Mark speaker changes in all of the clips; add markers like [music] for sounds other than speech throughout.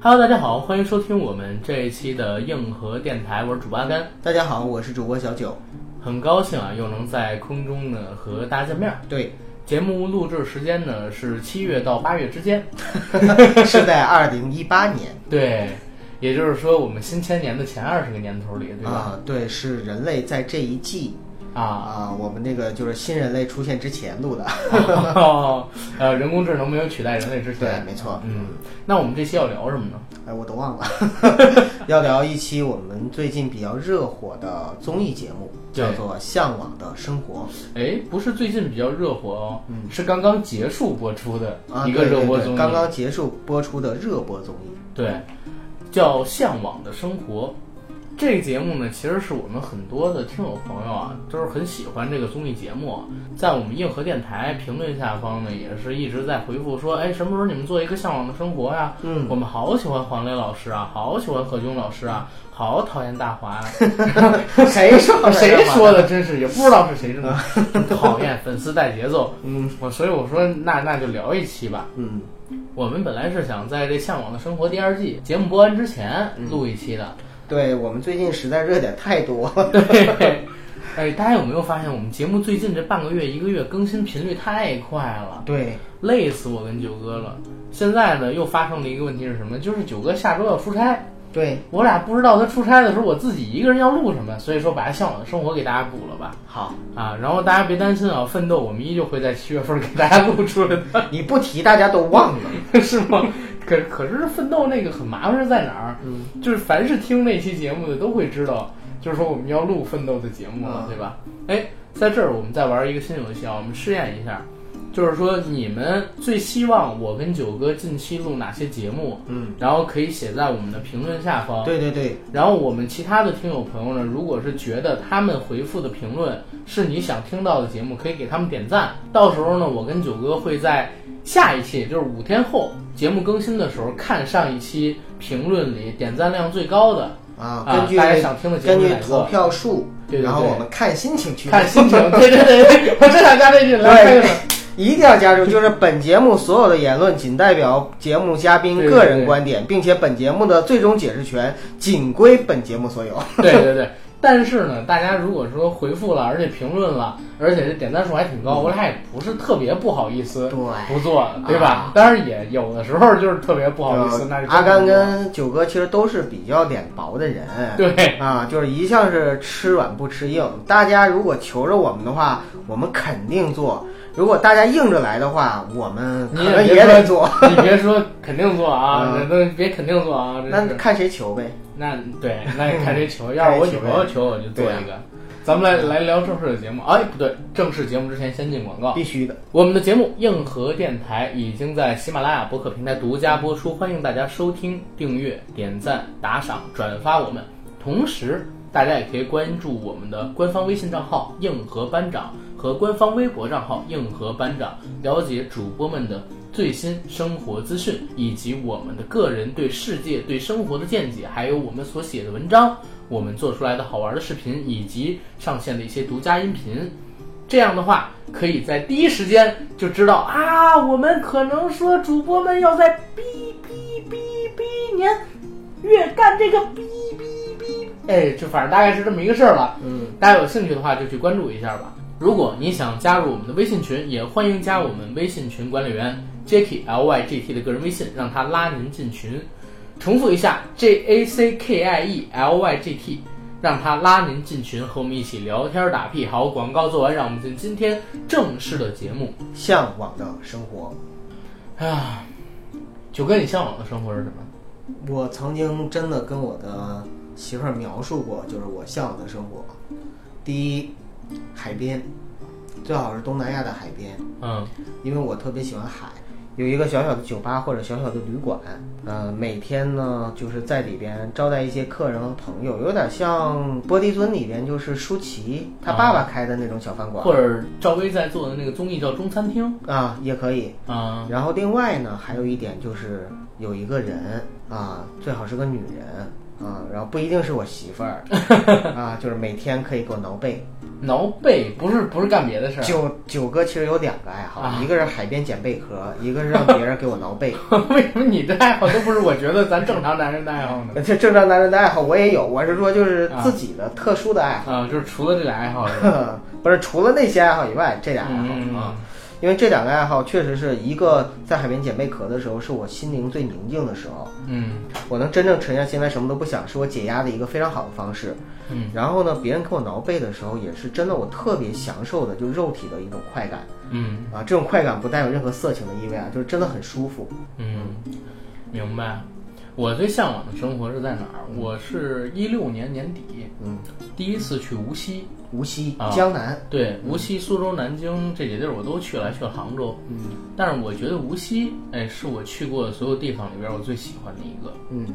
Speaker 1: Hello，大家好，欢迎收听我们这一期的硬核电台，我是主播阿甘，
Speaker 2: 大家好，我是主播小九。
Speaker 1: 很高兴啊，又能在空中呢和大家见面儿。 [laughs]
Speaker 2: 对，
Speaker 1: 节目录制时间呢是七月到八月之间，
Speaker 2: 是在二零一八年
Speaker 1: 对，也就是说我们新千年的前二十个年头里，对吧？
Speaker 2: 啊，对，是人类在这一季
Speaker 1: 啊，
Speaker 2: 啊，我们这个就是新人类出现之前
Speaker 1: [laughs]
Speaker 2: 录的。
Speaker 1: 呃，人工智能没有取代人类之
Speaker 2: 对，
Speaker 1: 前，
Speaker 2: 没错。
Speaker 1: 嗯，那我们这期要聊什么呢？
Speaker 2: 哎，我都
Speaker 1: [laughs]
Speaker 2: 忘了，要聊一期我们最近比较热火的综艺节目，
Speaker 1: 对
Speaker 2: 叫做《向往的生活
Speaker 1: 哎，不是最近比较热火哦，
Speaker 2: 嗯
Speaker 1: 是刚刚结束播出的》
Speaker 2: 啊，
Speaker 1: 一个
Speaker 2: 对对
Speaker 1: 热播
Speaker 2: 对
Speaker 1: 综艺，
Speaker 2: 刚刚结束播出的热播综
Speaker 1: [laughs]
Speaker 2: 艺。
Speaker 1: 对，叫《向往的生活》。这个节目呢，其实是我们很多的听友朋友啊，都是很喜欢这个综艺节目，在我们硬核电台评论下方呢，也是一直在回复说，哎，什么时候你们做一个《向往的生活》呀？
Speaker 2: 嗯
Speaker 1: 我们好喜欢黄磊老师啊，好喜欢何炅老师啊，好讨厌大华呀、啊
Speaker 2: [laughs] 谁说
Speaker 1: [laughs]
Speaker 2: 的？
Speaker 1: 谁说？的？真是也不知道是
Speaker 2: [laughs]
Speaker 1: 谁这么讨厌，粉丝带节奏。
Speaker 2: 嗯
Speaker 1: 我所以我说，那那就聊一期吧。
Speaker 2: 嗯，
Speaker 1: 我们本来是想在这《向往的生活》第二季节目播完之前录一期的，
Speaker 2: 嗯对我们最近实在热点太多了。
Speaker 1: [laughs] 对，哎，大家有没有发现我们节目最近这半个月、一个月更新频率太快了，
Speaker 2: 对，
Speaker 1: 累死我跟九哥了。现在呢，又发生了一个问题是什么？就是九哥下周要出差，
Speaker 2: 对，
Speaker 1: 我俩不知道他出差的时候我自己一个人要录什么，所以说把《向往的生活》给大家补了吧。
Speaker 2: 好，
Speaker 1: 啊，然后大家别担心啊，奋斗我们依旧会在七月份给大家录出来
Speaker 2: 你不提大家都忘了。
Speaker 1: 的， [laughs] 是吗？可可是奋斗那个很麻烦是在哪儿？
Speaker 2: 嗯，
Speaker 1: 就是凡是听那期节目的都会知道，就是说我们要录奋斗的节目了，
Speaker 2: 嗯
Speaker 1: 对吧？哎，在这儿我们再玩一个新游戏啊，我们试验一下，就是说你们最希望我跟九哥近期录哪些节目，
Speaker 2: 嗯，
Speaker 1: 然后可以写在我们的评论下方。
Speaker 2: 对对对，
Speaker 1: 然后我们其他的听友朋友呢，如果是觉得他们回复的评论是你想听到的节目，可以给他们点赞。到时候呢，我跟九哥会在下一期，也就是五天后节目更新的时候，看上一期评论里点赞量最高的，
Speaker 2: 啊，
Speaker 1: 啊
Speaker 2: 根据
Speaker 1: 大家想听的节
Speaker 2: 根
Speaker 1: 目
Speaker 2: 据
Speaker 1: 哪
Speaker 2: 投
Speaker 1: 个，
Speaker 2: 票数，
Speaker 1: 对对对
Speaker 2: 然后我们看心情去
Speaker 1: [laughs] 看心情。对对对对，我正想加这句，来开
Speaker 2: 对
Speaker 1: 个场。
Speaker 2: 一定要加入，就是本节目所有的言论仅代表节目嘉宾
Speaker 1: 对对
Speaker 2: 个人观点，并且本节目的最终解释权仅归本节目所有。
Speaker 1: [laughs] 对对对。但是呢，大家如果说回复了，而且评论了，而且这点赞数还挺高，我俩也不是特别不好意思，
Speaker 2: 对
Speaker 1: 不做，对吧？当然也有的时候就是特别不好意思，那就
Speaker 2: 呃阿甘跟九哥其实都是比较脸薄的人，
Speaker 1: 对
Speaker 2: 啊，就是一向是吃软不吃硬。大家如果求着我们的话，我们肯定做；如果大家硬着来的话，我们可
Speaker 1: 你也
Speaker 2: 能
Speaker 1: 别
Speaker 2: 也得
Speaker 1: 说
Speaker 2: 做。
Speaker 1: 你别说肯定做啊， [laughs] 这都别肯定做啊，这
Speaker 2: 嗯那
Speaker 1: 是
Speaker 2: 看谁求呗。
Speaker 1: 那对，那看谁
Speaker 2: [laughs]
Speaker 1: 求，要是我女朋友求我就做
Speaker 2: 啊
Speaker 1: 一个。咱们来来聊正式的节目，哎，不对，正式节目之前先进广告。
Speaker 2: 必须的。
Speaker 1: 我们的节目《硬核电台》已经在喜马拉雅播客平台独家播出，欢迎大家收听、订阅、点赞、打赏、转发我们。同时，大家也可以关注我们的官方微信账号“硬核班长”和官方微博账号“硬核班长”，了解主播们的最新生活资讯，以及我们的个人对世界、对生活的见解，还有我们所写的文章、我们做出来的好玩的视频，以及上线的一些独家音频。这样的话，可以在第一时间就知道啊，我们可能说主播们要在哔哔哔哔年月干这个哔哔哔，哎，就反正大概是这么一个事儿了。
Speaker 2: 嗯，
Speaker 1: 大家有兴趣的话就去关注一下吧。如果你想加入我们的微信群，也欢迎加我们微信群管理员 Jacky L Y G T 的个人微信，让他拉您进群。重复一下 J A C K I E L Y G T，让他拉您进群，和我们一起聊天打屁。好，广告做完，让我们进今天正式的节目。
Speaker 2: 向往的生活。
Speaker 1: 哎呀，九哥，你向往的生活是什么？
Speaker 2: 我曾经真的跟我的媳妇儿描述过，就是我向往的生活。第一，海边，最好是东南亚的海边，
Speaker 1: 嗯，
Speaker 2: 因为我特别喜欢海。有一个小小的酒吧或者小小的旅馆，呃，每天呢就是在里边招待一些客人和朋友，有点像《波迪尊》里边就是舒淇她
Speaker 1: 啊
Speaker 2: 爸爸开的那种小饭馆
Speaker 1: 或者赵薇在做的那个综艺叫《中餐厅》
Speaker 2: 啊，也可以。
Speaker 1: 啊、
Speaker 2: 然后另外呢，还有一点就是有一个人啊，最好是
Speaker 1: [laughs]
Speaker 2: 个女人啊，然后不一定是我媳妇儿啊，就是每天可以给我挠背
Speaker 1: 挠背，不是不是干别的事儿。
Speaker 2: 九九哥其实有两个爱好，
Speaker 1: 啊
Speaker 2: 一个是海边捡贝壳，一个是让别人给我挠背。
Speaker 1: [laughs] 为什么你的爱好都不是我觉得咱正常男人的爱好 [laughs] 呢？
Speaker 2: 呃这正常男人的爱好我也有，我是说就是自己的特殊的爱好，
Speaker 1: 啊，就是除了这俩爱好是吧，
Speaker 2: [laughs] 不是除了那些爱好以外，这俩爱好啊。
Speaker 1: 哦嗯嗯
Speaker 2: 因为这两个爱好确实是一个在海边捡贝壳的时候，是我心灵最宁静的时候，
Speaker 1: 嗯
Speaker 2: 我能真正沉下心来，什么都不想，是我解压的一个非常好的方式。
Speaker 1: 嗯
Speaker 2: 然后呢，别人给我挠背的时候，也是真的我特别享受的，就是肉体的一种快感
Speaker 1: 嗯
Speaker 2: 啊，这种快感不带有任何色情的意味啊，就是真的很舒服。
Speaker 1: 嗯，明白。我最向往的生活是在哪儿？我是一六年年底
Speaker 2: 嗯，
Speaker 1: 第一次去无锡，
Speaker 2: 无锡
Speaker 1: 啊、
Speaker 2: 江南，
Speaker 1: 对，无锡、苏州、南京这几地儿我都去了，还去了杭州。
Speaker 2: 嗯
Speaker 1: 但是我觉得无锡，哎，是我去过的所有地方里边儿我最喜欢的一个。
Speaker 2: 嗯，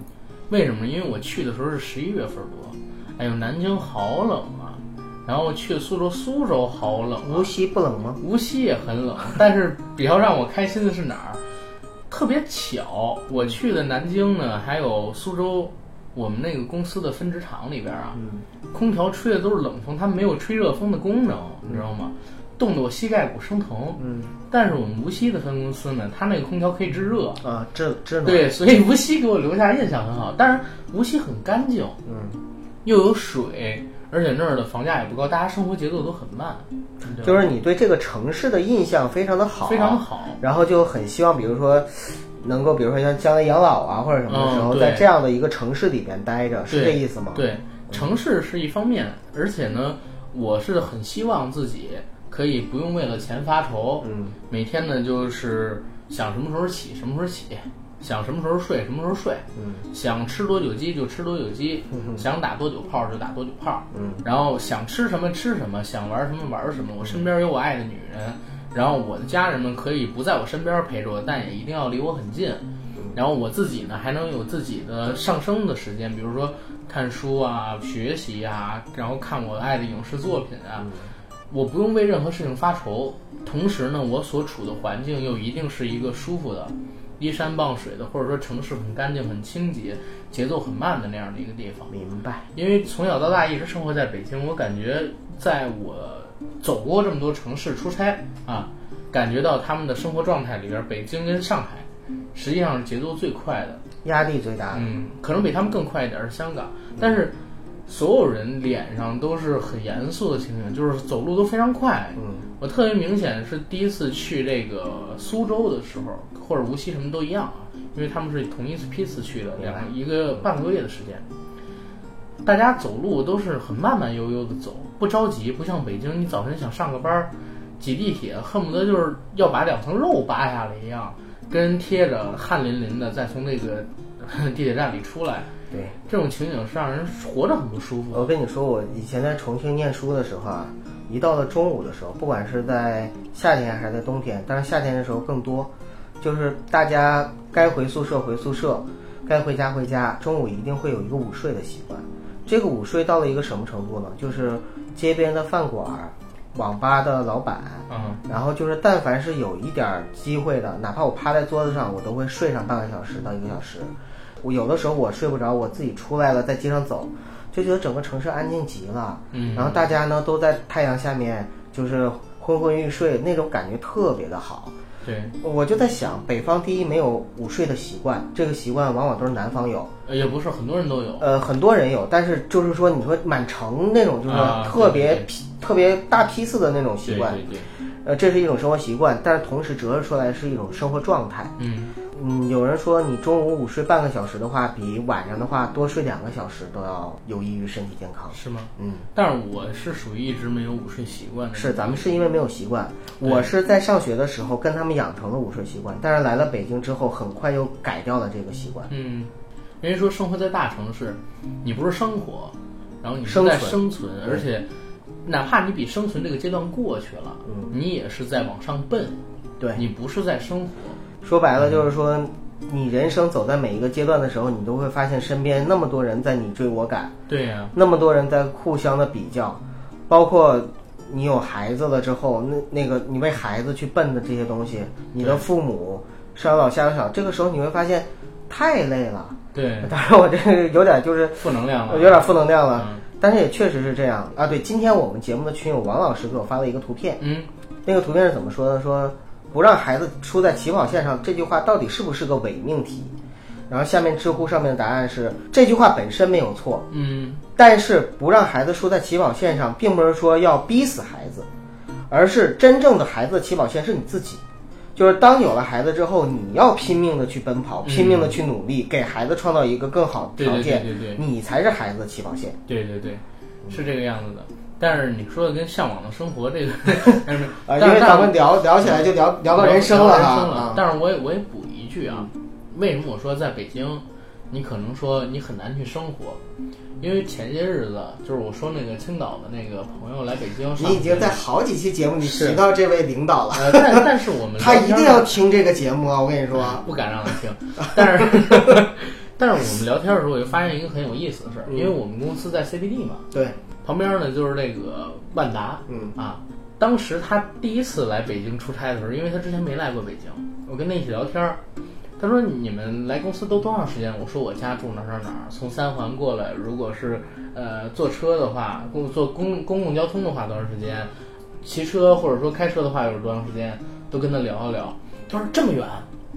Speaker 1: 为什么？因为我去的时候是十一月份多，哎呦，南京好冷啊。然后去苏州，苏州好冷啊
Speaker 2: 无。锡不冷吗？
Speaker 1: 无锡也很冷，但是比较让我开心的是哪儿？特别巧，我去的南京呢，还有苏州，我们那个公司的分支厂里边啊，
Speaker 2: 嗯
Speaker 1: 空调吹的都是冷风，它没有吹热风的功能，你知道吗？冻得我膝盖骨生疼。
Speaker 2: 嗯
Speaker 1: 但是我们无锡的分公司呢，它那个空调可以制热，
Speaker 2: 啊，这这暖，
Speaker 1: 对，所以无锡给我留下印象很好。但是无锡很干净，
Speaker 2: 嗯，
Speaker 1: 又有水，而且那儿的房价也不高，大家生活节奏都很慢，对
Speaker 2: 就是你对这个城市的印象非常的好，
Speaker 1: 非常好。
Speaker 2: 然后就很希望，比如说，能够比如说像将来养老啊或者什么的时候，
Speaker 1: 嗯对
Speaker 2: 在这样的一个城市里边待着，是这
Speaker 1: 对
Speaker 2: 意思吗？，嗯
Speaker 1: 对，城市是一方面，而且呢，我是很希望自己可以不用为了钱发愁，
Speaker 2: 嗯
Speaker 1: 每天呢就是想什么时候起什么时候起，想什么时候睡什么时候睡，
Speaker 2: 嗯
Speaker 1: 想吃多久鸡就吃多久鸡，想打多久炮就打多久炮，
Speaker 2: 嗯
Speaker 1: 然后想吃什么吃什么，想玩什么玩什么。我身边有我爱的女人，然后我的家人们可以不在我身边陪着我，但也一定要离我很近。然后我自己呢，还能有自己的上升的时间，比如说看书啊、学习啊，然后看我爱的影视作品啊。我不用为任何事情发愁，同时呢，我所处的环境又一定是一个舒服的、依山傍水的，或者说城市很干净、很清洁、节奏很慢的那样的一个地方。
Speaker 2: 明白。
Speaker 1: 因为从小到大一直生活在北京，我感觉在我走过这么多城市出差啊，感觉到他们的生活状态里边，北京跟上海实际上是节奏最快的，
Speaker 2: 压力最大的，
Speaker 1: 嗯，可能比他们更快一点儿是香港，但是所有人脸上都是很严肃的情形，就是走路都非常快。
Speaker 2: 嗯
Speaker 1: 我特别明显是第一次去这个苏州的时候，或者无锡什么都一样啊，因为他们是同一批次去的，两个一个半个多月的时间。大家走路都是很慢慢悠悠的走，不着急，不像北京，你早晨想上个班儿，挤地铁恨不得就是要把两层肉扒下来一样，跟贴着汗淋淋的再从那个 [laughs] 地铁站里出来，
Speaker 2: 对。
Speaker 1: 这种情景是让人活着很不舒服。
Speaker 2: 我跟你说，我以前在重庆念书的时候啊，一到了中午的时候，不管是在夏天还是在冬天，但是夏天的时候更多，就是大家该回宿舍回宿舍，该回家回家，中午一定会有一个午睡的习惯。这个午睡到了一个什么程度呢？就是街边的饭馆儿、网吧的老板，
Speaker 1: 嗯
Speaker 2: 然后就是但凡是有一点儿机会的，哪怕我趴在桌子上，我都会睡上半个小时到一个小时。我有的时候我睡不着，我自己出来了，在街上走，就觉得整个城市安静极了。
Speaker 1: 嗯，
Speaker 2: 然后大家呢都在太阳下面，就是昏昏欲睡，那种感觉特别的好。
Speaker 1: 对，
Speaker 2: 我就在想，北方第一没有午睡的习惯，这个习惯往往都是南方有，
Speaker 1: 呃也不是很多人都有。
Speaker 2: 呃，很多人有，但是就是说，你说满城那种就是
Speaker 1: 啊
Speaker 2: 特别
Speaker 1: 对对
Speaker 2: 批、特别大批次的那种习
Speaker 1: 对
Speaker 2: 惯，
Speaker 1: 对对，
Speaker 2: 呃，这是一种生活习惯，但是同时折射出来是一种生活状态。
Speaker 1: 嗯
Speaker 2: 嗯，有人说你中午午睡半个小时的话，比晚上的话多睡两个小时都要有益于身体健康。
Speaker 1: 是吗？
Speaker 2: 嗯，
Speaker 1: 但是我是属于一直没有午睡习惯的。
Speaker 2: 是，咱们是因为没有习惯。我是在上学的时候跟他们养成了午睡习惯，但是来了北京之后，很快又改掉了这个习惯。
Speaker 1: 嗯，人家说生活在大城市，你不是生活，然后你是
Speaker 2: 生
Speaker 1: 在
Speaker 2: 存
Speaker 1: 生存，而且哪怕你比生存这个阶段过去了，你也是在往上奔，
Speaker 2: 嗯对，
Speaker 1: 你不是在生活。
Speaker 2: 说白了就是说，你人生走在每一个阶段的时候，你都会发现身边那么多人在你追我赶，
Speaker 1: 对呀、
Speaker 2: 那么多人在互相的比较，包括你有孩子了之后，那那个你为孩子去奔的这些东西，你的父母上有老下有小，这个时候你会发现太累了。
Speaker 1: 对，
Speaker 2: [laughs] 当然，我这个有点就是
Speaker 1: 负能量
Speaker 2: 我
Speaker 1: 了。
Speaker 2: 有点负能量了，
Speaker 1: 嗯
Speaker 2: 但是也确实是这样啊。对，今天我们节目的群友王老师给我发了一个图片，
Speaker 1: 嗯，
Speaker 2: 那个图片是怎么说的？说不让孩子输在起跑线上，这句话到底是不是个伪命题？然后下面知乎上面的答案是这句话本身没有错，
Speaker 1: 嗯，
Speaker 2: 但是不让孩子输在起跑线上，并不是说要逼死孩子，而是真正的孩子的起跑线是你自己。就是当有了孩子之后，你要拼命的去奔跑，拼命的去努力，给孩子创造一个更好的条件，
Speaker 1: 对对对对
Speaker 2: 你才是孩子的起跑线。
Speaker 1: 对对对，
Speaker 2: 嗯
Speaker 1: 是这个样子的。但是你说的跟《向往的生活》这个，但是
Speaker 2: [laughs] 啊、
Speaker 1: 但
Speaker 2: 因为
Speaker 1: 是
Speaker 2: 咱们聊聊起来就聊聊到人生了
Speaker 1: 聊
Speaker 2: 哈
Speaker 1: 到人生
Speaker 2: 啊。嗯
Speaker 1: 但是我也我也补一句啊，为什么我说在北京，你可能说你很难去生活？因为前些日子就是我说那个青岛的那个朋友来北京上学，
Speaker 2: 你已经在好几期节目里
Speaker 1: 是
Speaker 2: 提到这位领导了，
Speaker 1: 呃，但但是我们
Speaker 2: 他
Speaker 1: 聊
Speaker 2: 一
Speaker 1: 天
Speaker 2: 定
Speaker 1: 儿
Speaker 2: 要听这个节目啊！我跟你说，
Speaker 1: 不敢让他听，但是 [laughs] 但是我们聊天的时候，我就发现一个很有意思的事儿，
Speaker 2: 嗯
Speaker 1: 因为我们公司在 CBD 嘛，
Speaker 2: 对，
Speaker 1: 旁边呢就是这个万达，
Speaker 2: 嗯
Speaker 1: 啊，当时他第一次来北京出差的时候，因为他之前没来过北京，我跟他一起聊天儿，他说你们来公司都多长时间？我说我家住哪儿哪儿哪儿，从三环过来，如果是呃坐车的话，公坐公公共交通的话多长时间？骑车或者说开车的话又是多长时间？都跟他聊一聊。他说这么远。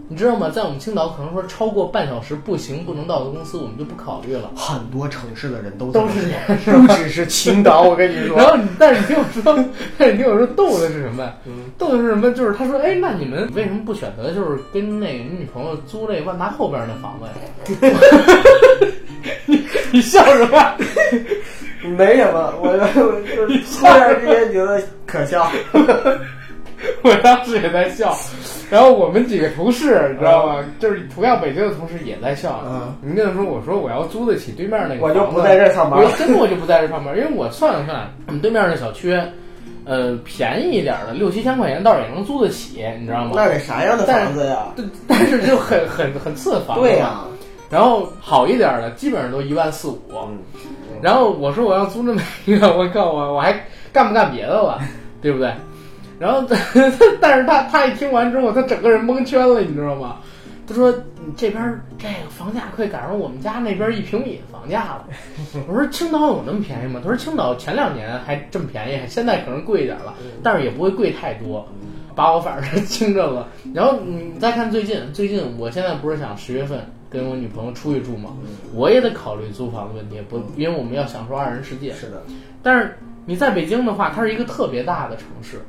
Speaker 1: 你知道吗？在我们青岛，可能说超过半小时步行不能到的公司，我们就不考虑了。
Speaker 2: 很多城市的人都
Speaker 1: 都是这样
Speaker 2: 这样，不只是青岛。我跟你
Speaker 1: 然
Speaker 2: 说，
Speaker 1: 后你，但是你听我说，但是你听我说逗的是什么？
Speaker 2: 嗯
Speaker 1: 逗的是什么？就是他说，哎，那你们为什么不选择就是跟那个你女朋友租那万达后边那房子呀？ [laughs] 你你笑什么？
Speaker 2: 没什么，我我就是
Speaker 1: [laughs]
Speaker 2: 突然之间觉得可笑。
Speaker 1: 我当时也在笑，然后我们几个同事，你知道吗？就是同样北京的同事也在笑。
Speaker 2: 嗯
Speaker 1: 你跟他说，我说我要租得起对面那个，
Speaker 2: 我就不在这儿上班
Speaker 1: 我就真的我就不在这儿上班，因为我算了算，我们对面那小区，呃，便宜一点的六七千块钱倒是也能租得起，你知道吗？
Speaker 2: 那得啥样的房子呀？
Speaker 1: 对， [laughs] 但是就很很很次房，
Speaker 2: 对啊呀、
Speaker 1: 啊然后好一点的基本上都一万四五，
Speaker 2: 嗯
Speaker 1: 然后我说我要租那么一个，我靠我我还干不干别的了，对不对？然后 [laughs] 但是他他一听完之后，他整个人蒙圈了，你知道吗？他说你这边儿这个房价快赶上我们家那边一平米的房价了。我说青岛有那么便宜吗？他说青岛前两年还这么便宜，现在可能贵一点了，但是也不会贵太多。把我反正惊着了。然后你再看最近，最近我现在不是想十月份跟我女朋友出去住吗？我也得考虑租房的问题，不，因为我们要享受二人世界。
Speaker 2: 是的，
Speaker 1: 但是你在北京的话，它是一个特别大的城市，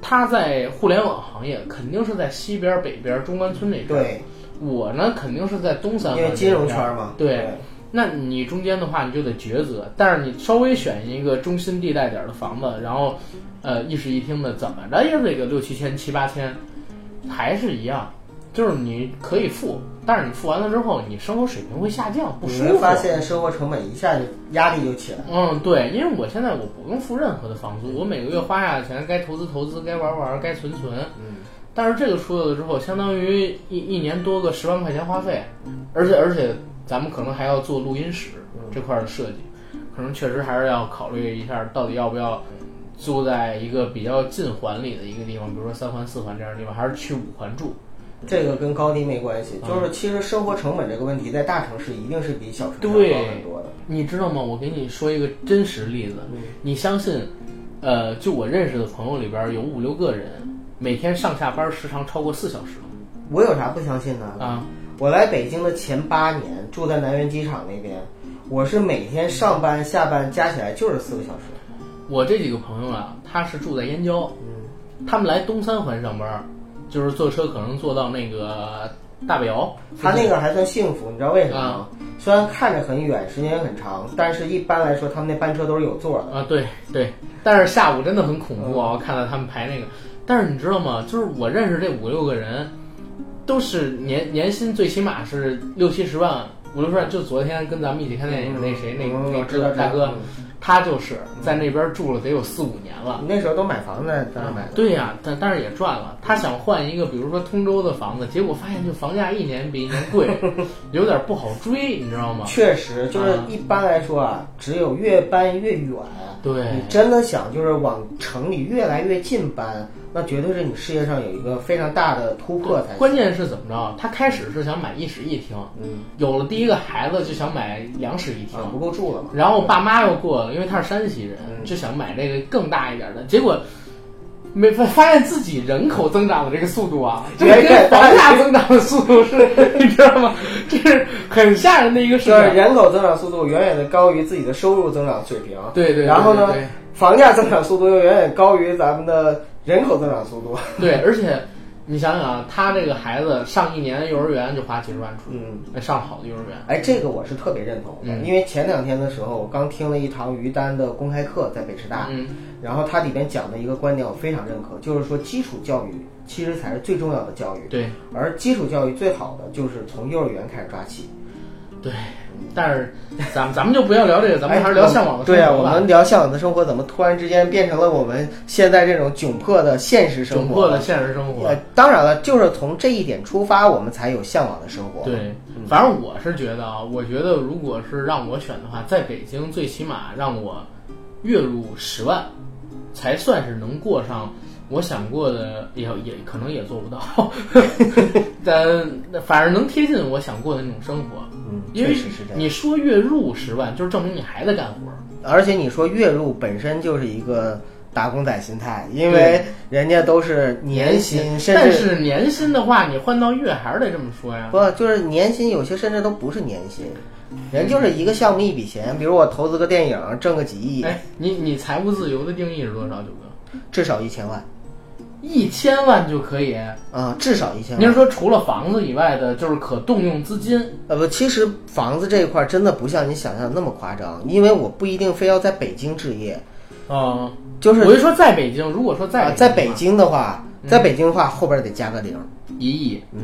Speaker 1: 它在互联网行业肯定是在西边、北边、中关村那边。，
Speaker 2: 对，
Speaker 1: 我呢肯定是在东三
Speaker 2: 因
Speaker 1: 环这边，
Speaker 2: 为金融圈嘛，
Speaker 1: 对，那你中间的话，你就得抉择，但是你稍微选一个中心地带点儿的房子，然后，呃，一室一厅的，怎么着也得个六七千、七八千，还是一样，就是你可以付，但是你付完了之后，你生活水平会下降，不
Speaker 2: 你
Speaker 1: 舒
Speaker 2: 会
Speaker 1: 服。
Speaker 2: 发现生活成本一下就压力就起来了。
Speaker 1: 嗯，对，因为我现在我不用付任何的房租，我每个月花下的钱该投资投资，该玩玩，该存存。
Speaker 2: 嗯，
Speaker 1: 但是这个出了之后，相当于一一年多个十万块钱花费，而且而且咱们可能还要做录音室
Speaker 2: 嗯
Speaker 1: 这块儿的设计，可能确实还是要考虑一下到底要不要租在一个比较近环里的一个地方，比如说三环、四环这样的地方，还是去五环住。
Speaker 2: 这个跟高低没关系，
Speaker 1: 嗯
Speaker 2: 就是其实生活成本这个问题，在大城市一定是比小城市
Speaker 1: 对
Speaker 2: 高很多的。
Speaker 1: 你知道吗？我给你说一个真实例子，
Speaker 2: 嗯
Speaker 1: 你相信？呃，就我认识的朋友里边儿有五六个人，每天上下班时长超过四小时
Speaker 2: 我有啥不相信的？
Speaker 1: 啊！
Speaker 2: 我来北京的前八年，住在南苑机场那边，我是每天上班下班加起来就是四个小时。
Speaker 1: 我这几个朋友啊，他是住在燕郊，
Speaker 2: 嗯，
Speaker 1: 他们来东三环上班儿，就是坐车可能坐到那个大北窑。
Speaker 2: 他那个还算幸福，你知道为什么
Speaker 1: 啊
Speaker 2: 吗？虽然看着很远，时间很长，但是一般来说他们那班车都是有座的。
Speaker 1: 啊，对对，但是下午真的很恐怖啊！我看到他们排那个，但是你知道吗？就是我认识这五六个人，都是年年薪最起码是六七十万、五六十万。就昨天跟咱们一起看电影那谁那
Speaker 2: 嗯
Speaker 1: 那
Speaker 2: 我知道
Speaker 1: 大
Speaker 2: 知道
Speaker 1: 哥，他就是在那边住了得有四五年了。
Speaker 2: 你那时候都买房在在那买的，
Speaker 1: 啊对呀、但但是也赚了。他想换一个，比如说通州的房子，结果发现就房价一年比一年贵， [laughs] 有点不好追，你知道吗？
Speaker 2: 确实就是
Speaker 1: 啊
Speaker 2: 一般来说啊，只有越搬越远，
Speaker 1: 对
Speaker 2: 你真的想就是往城里越来越近搬，那绝对是你事业上有一个非常大的突破才行。
Speaker 1: 关键是怎么着？他开始是想买一室一厅，
Speaker 2: 嗯，
Speaker 1: 有了第一个孩子就想买两室一厅
Speaker 2: 啊，，不够住了嘛。
Speaker 1: 然后爸妈又过了，因为他是山西人，
Speaker 2: 嗯
Speaker 1: 就想买这个更大一点的，结果。没发发现自己人口增长的这个速度
Speaker 2: [laughs]
Speaker 1: 啊，这个
Speaker 2: 远远
Speaker 1: 跟房
Speaker 2: 大于
Speaker 1: 价增长的速度是， [laughs] 你知道吗？这是很吓人的一个事
Speaker 2: 就是
Speaker 1: 情。
Speaker 2: 人口增长速度远远的高于自己的收入增长水平，
Speaker 1: 啊对对对
Speaker 2: 然后呢
Speaker 1: 对对，
Speaker 2: 房价增长速度又远远高于咱们的人口增长速度。
Speaker 1: 对，而且你想想啊，他这个孩子上一年幼儿园就花几十万出去，
Speaker 2: 嗯，
Speaker 1: 哎上好的幼儿园，
Speaker 2: 哎，这个我是特别认同的，
Speaker 1: 嗯
Speaker 2: 因为前两天的时候，我刚听了一堂于丹的公开课，在北师大，
Speaker 1: 嗯，
Speaker 2: 然后它里边讲的一个观点我非常认可，就是说基础教育其实才是最重要的教育，
Speaker 1: 对
Speaker 2: 而基础教育最好的就是从幼儿园开始抓起。
Speaker 1: 对。但是咱们咱们就不要聊这个，咱们还是聊向往的
Speaker 2: 对啊，
Speaker 1: 生活
Speaker 2: 我
Speaker 1: 吧。
Speaker 2: 们聊向往的生活，怎么突然之间变成了我们现在这种窘迫的现实生
Speaker 1: 窘
Speaker 2: 活
Speaker 1: 迫？的现实生活
Speaker 2: 呃。，当然了，就是从这一点出发，我们才有向往的生活。，嗯
Speaker 1: 对，反正我是觉得啊，我觉得如果是让我选的话，在北京最起码让我月入十万，才算是能过上我想过的，也也可能也做不到， [laughs] 但反正能贴近我想过的那种生活。
Speaker 2: 嗯，
Speaker 1: 因为
Speaker 2: 确实是这样。
Speaker 1: 你说月入十万，就是证明你还在干活儿。
Speaker 2: 而且你说月入本身就是一个打工仔心态，因为
Speaker 1: 对
Speaker 2: 人家都是年薪，甚
Speaker 1: 哎但
Speaker 2: 至
Speaker 1: 是年薪的话，你换到月还是得这么说呀。
Speaker 2: 不就是年薪，有些甚至都不是年薪，人就是一个项目一笔钱，比如我投资个电影挣个几亿，
Speaker 1: 哎，你你财务自由的定义是多少，九哥？
Speaker 2: 至少一千万
Speaker 1: 一千万就可以。
Speaker 2: 啊，至少一千
Speaker 1: 您是
Speaker 2: 万。
Speaker 1: 说除了房子以外的，就是可动用资金？
Speaker 2: 呃不，其实房子这一块真的不像你想象的那么夸张，因为我不一定非要在北京置业，
Speaker 1: 嗯，
Speaker 2: 就是
Speaker 1: 我就说在北京，嗯如果说在
Speaker 2: 啊，在北京的话，在北京的话后边得加个零。
Speaker 1: 一亿
Speaker 2: 嗯，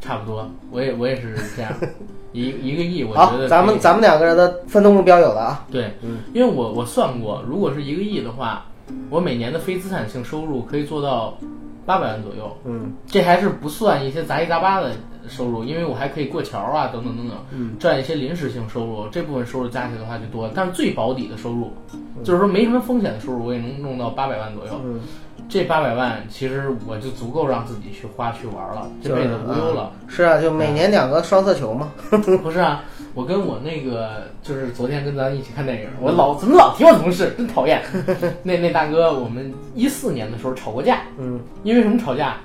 Speaker 1: 差不多，我也我也是这
Speaker 2: [laughs]
Speaker 1: 样，一一个亿，我觉
Speaker 2: 好
Speaker 1: 得，
Speaker 2: 咱们
Speaker 1: 可以
Speaker 2: 咱们两个人的奋斗目标有了啊。
Speaker 1: 对，
Speaker 2: 嗯
Speaker 1: 因为我我算过，如果是一个亿的话，我每年的非资产性收入可以做到八百万左右，
Speaker 2: 嗯，
Speaker 1: 这还是不算一些杂七杂八的收入，因为我还可以过桥啊，等等等等，嗯，赚一些临时性收入，这部分收入加起来的话就多了。但是最保底的收入，就是说没什么风险的收入，我也能弄到八百万左右。
Speaker 2: 嗯，
Speaker 1: 这八百万其实我就足够让自己去花去玩了，这辈子无忧了。
Speaker 2: 是啊，就每年两个双色球嘛。
Speaker 1: 不是啊，我跟我那个就是昨天跟咱一起看电影，我老怎么老提我同事，真讨厌。 [laughs] 那那大哥，我们一四年的时候吵过架，
Speaker 2: 嗯
Speaker 1: 因为什么吵架？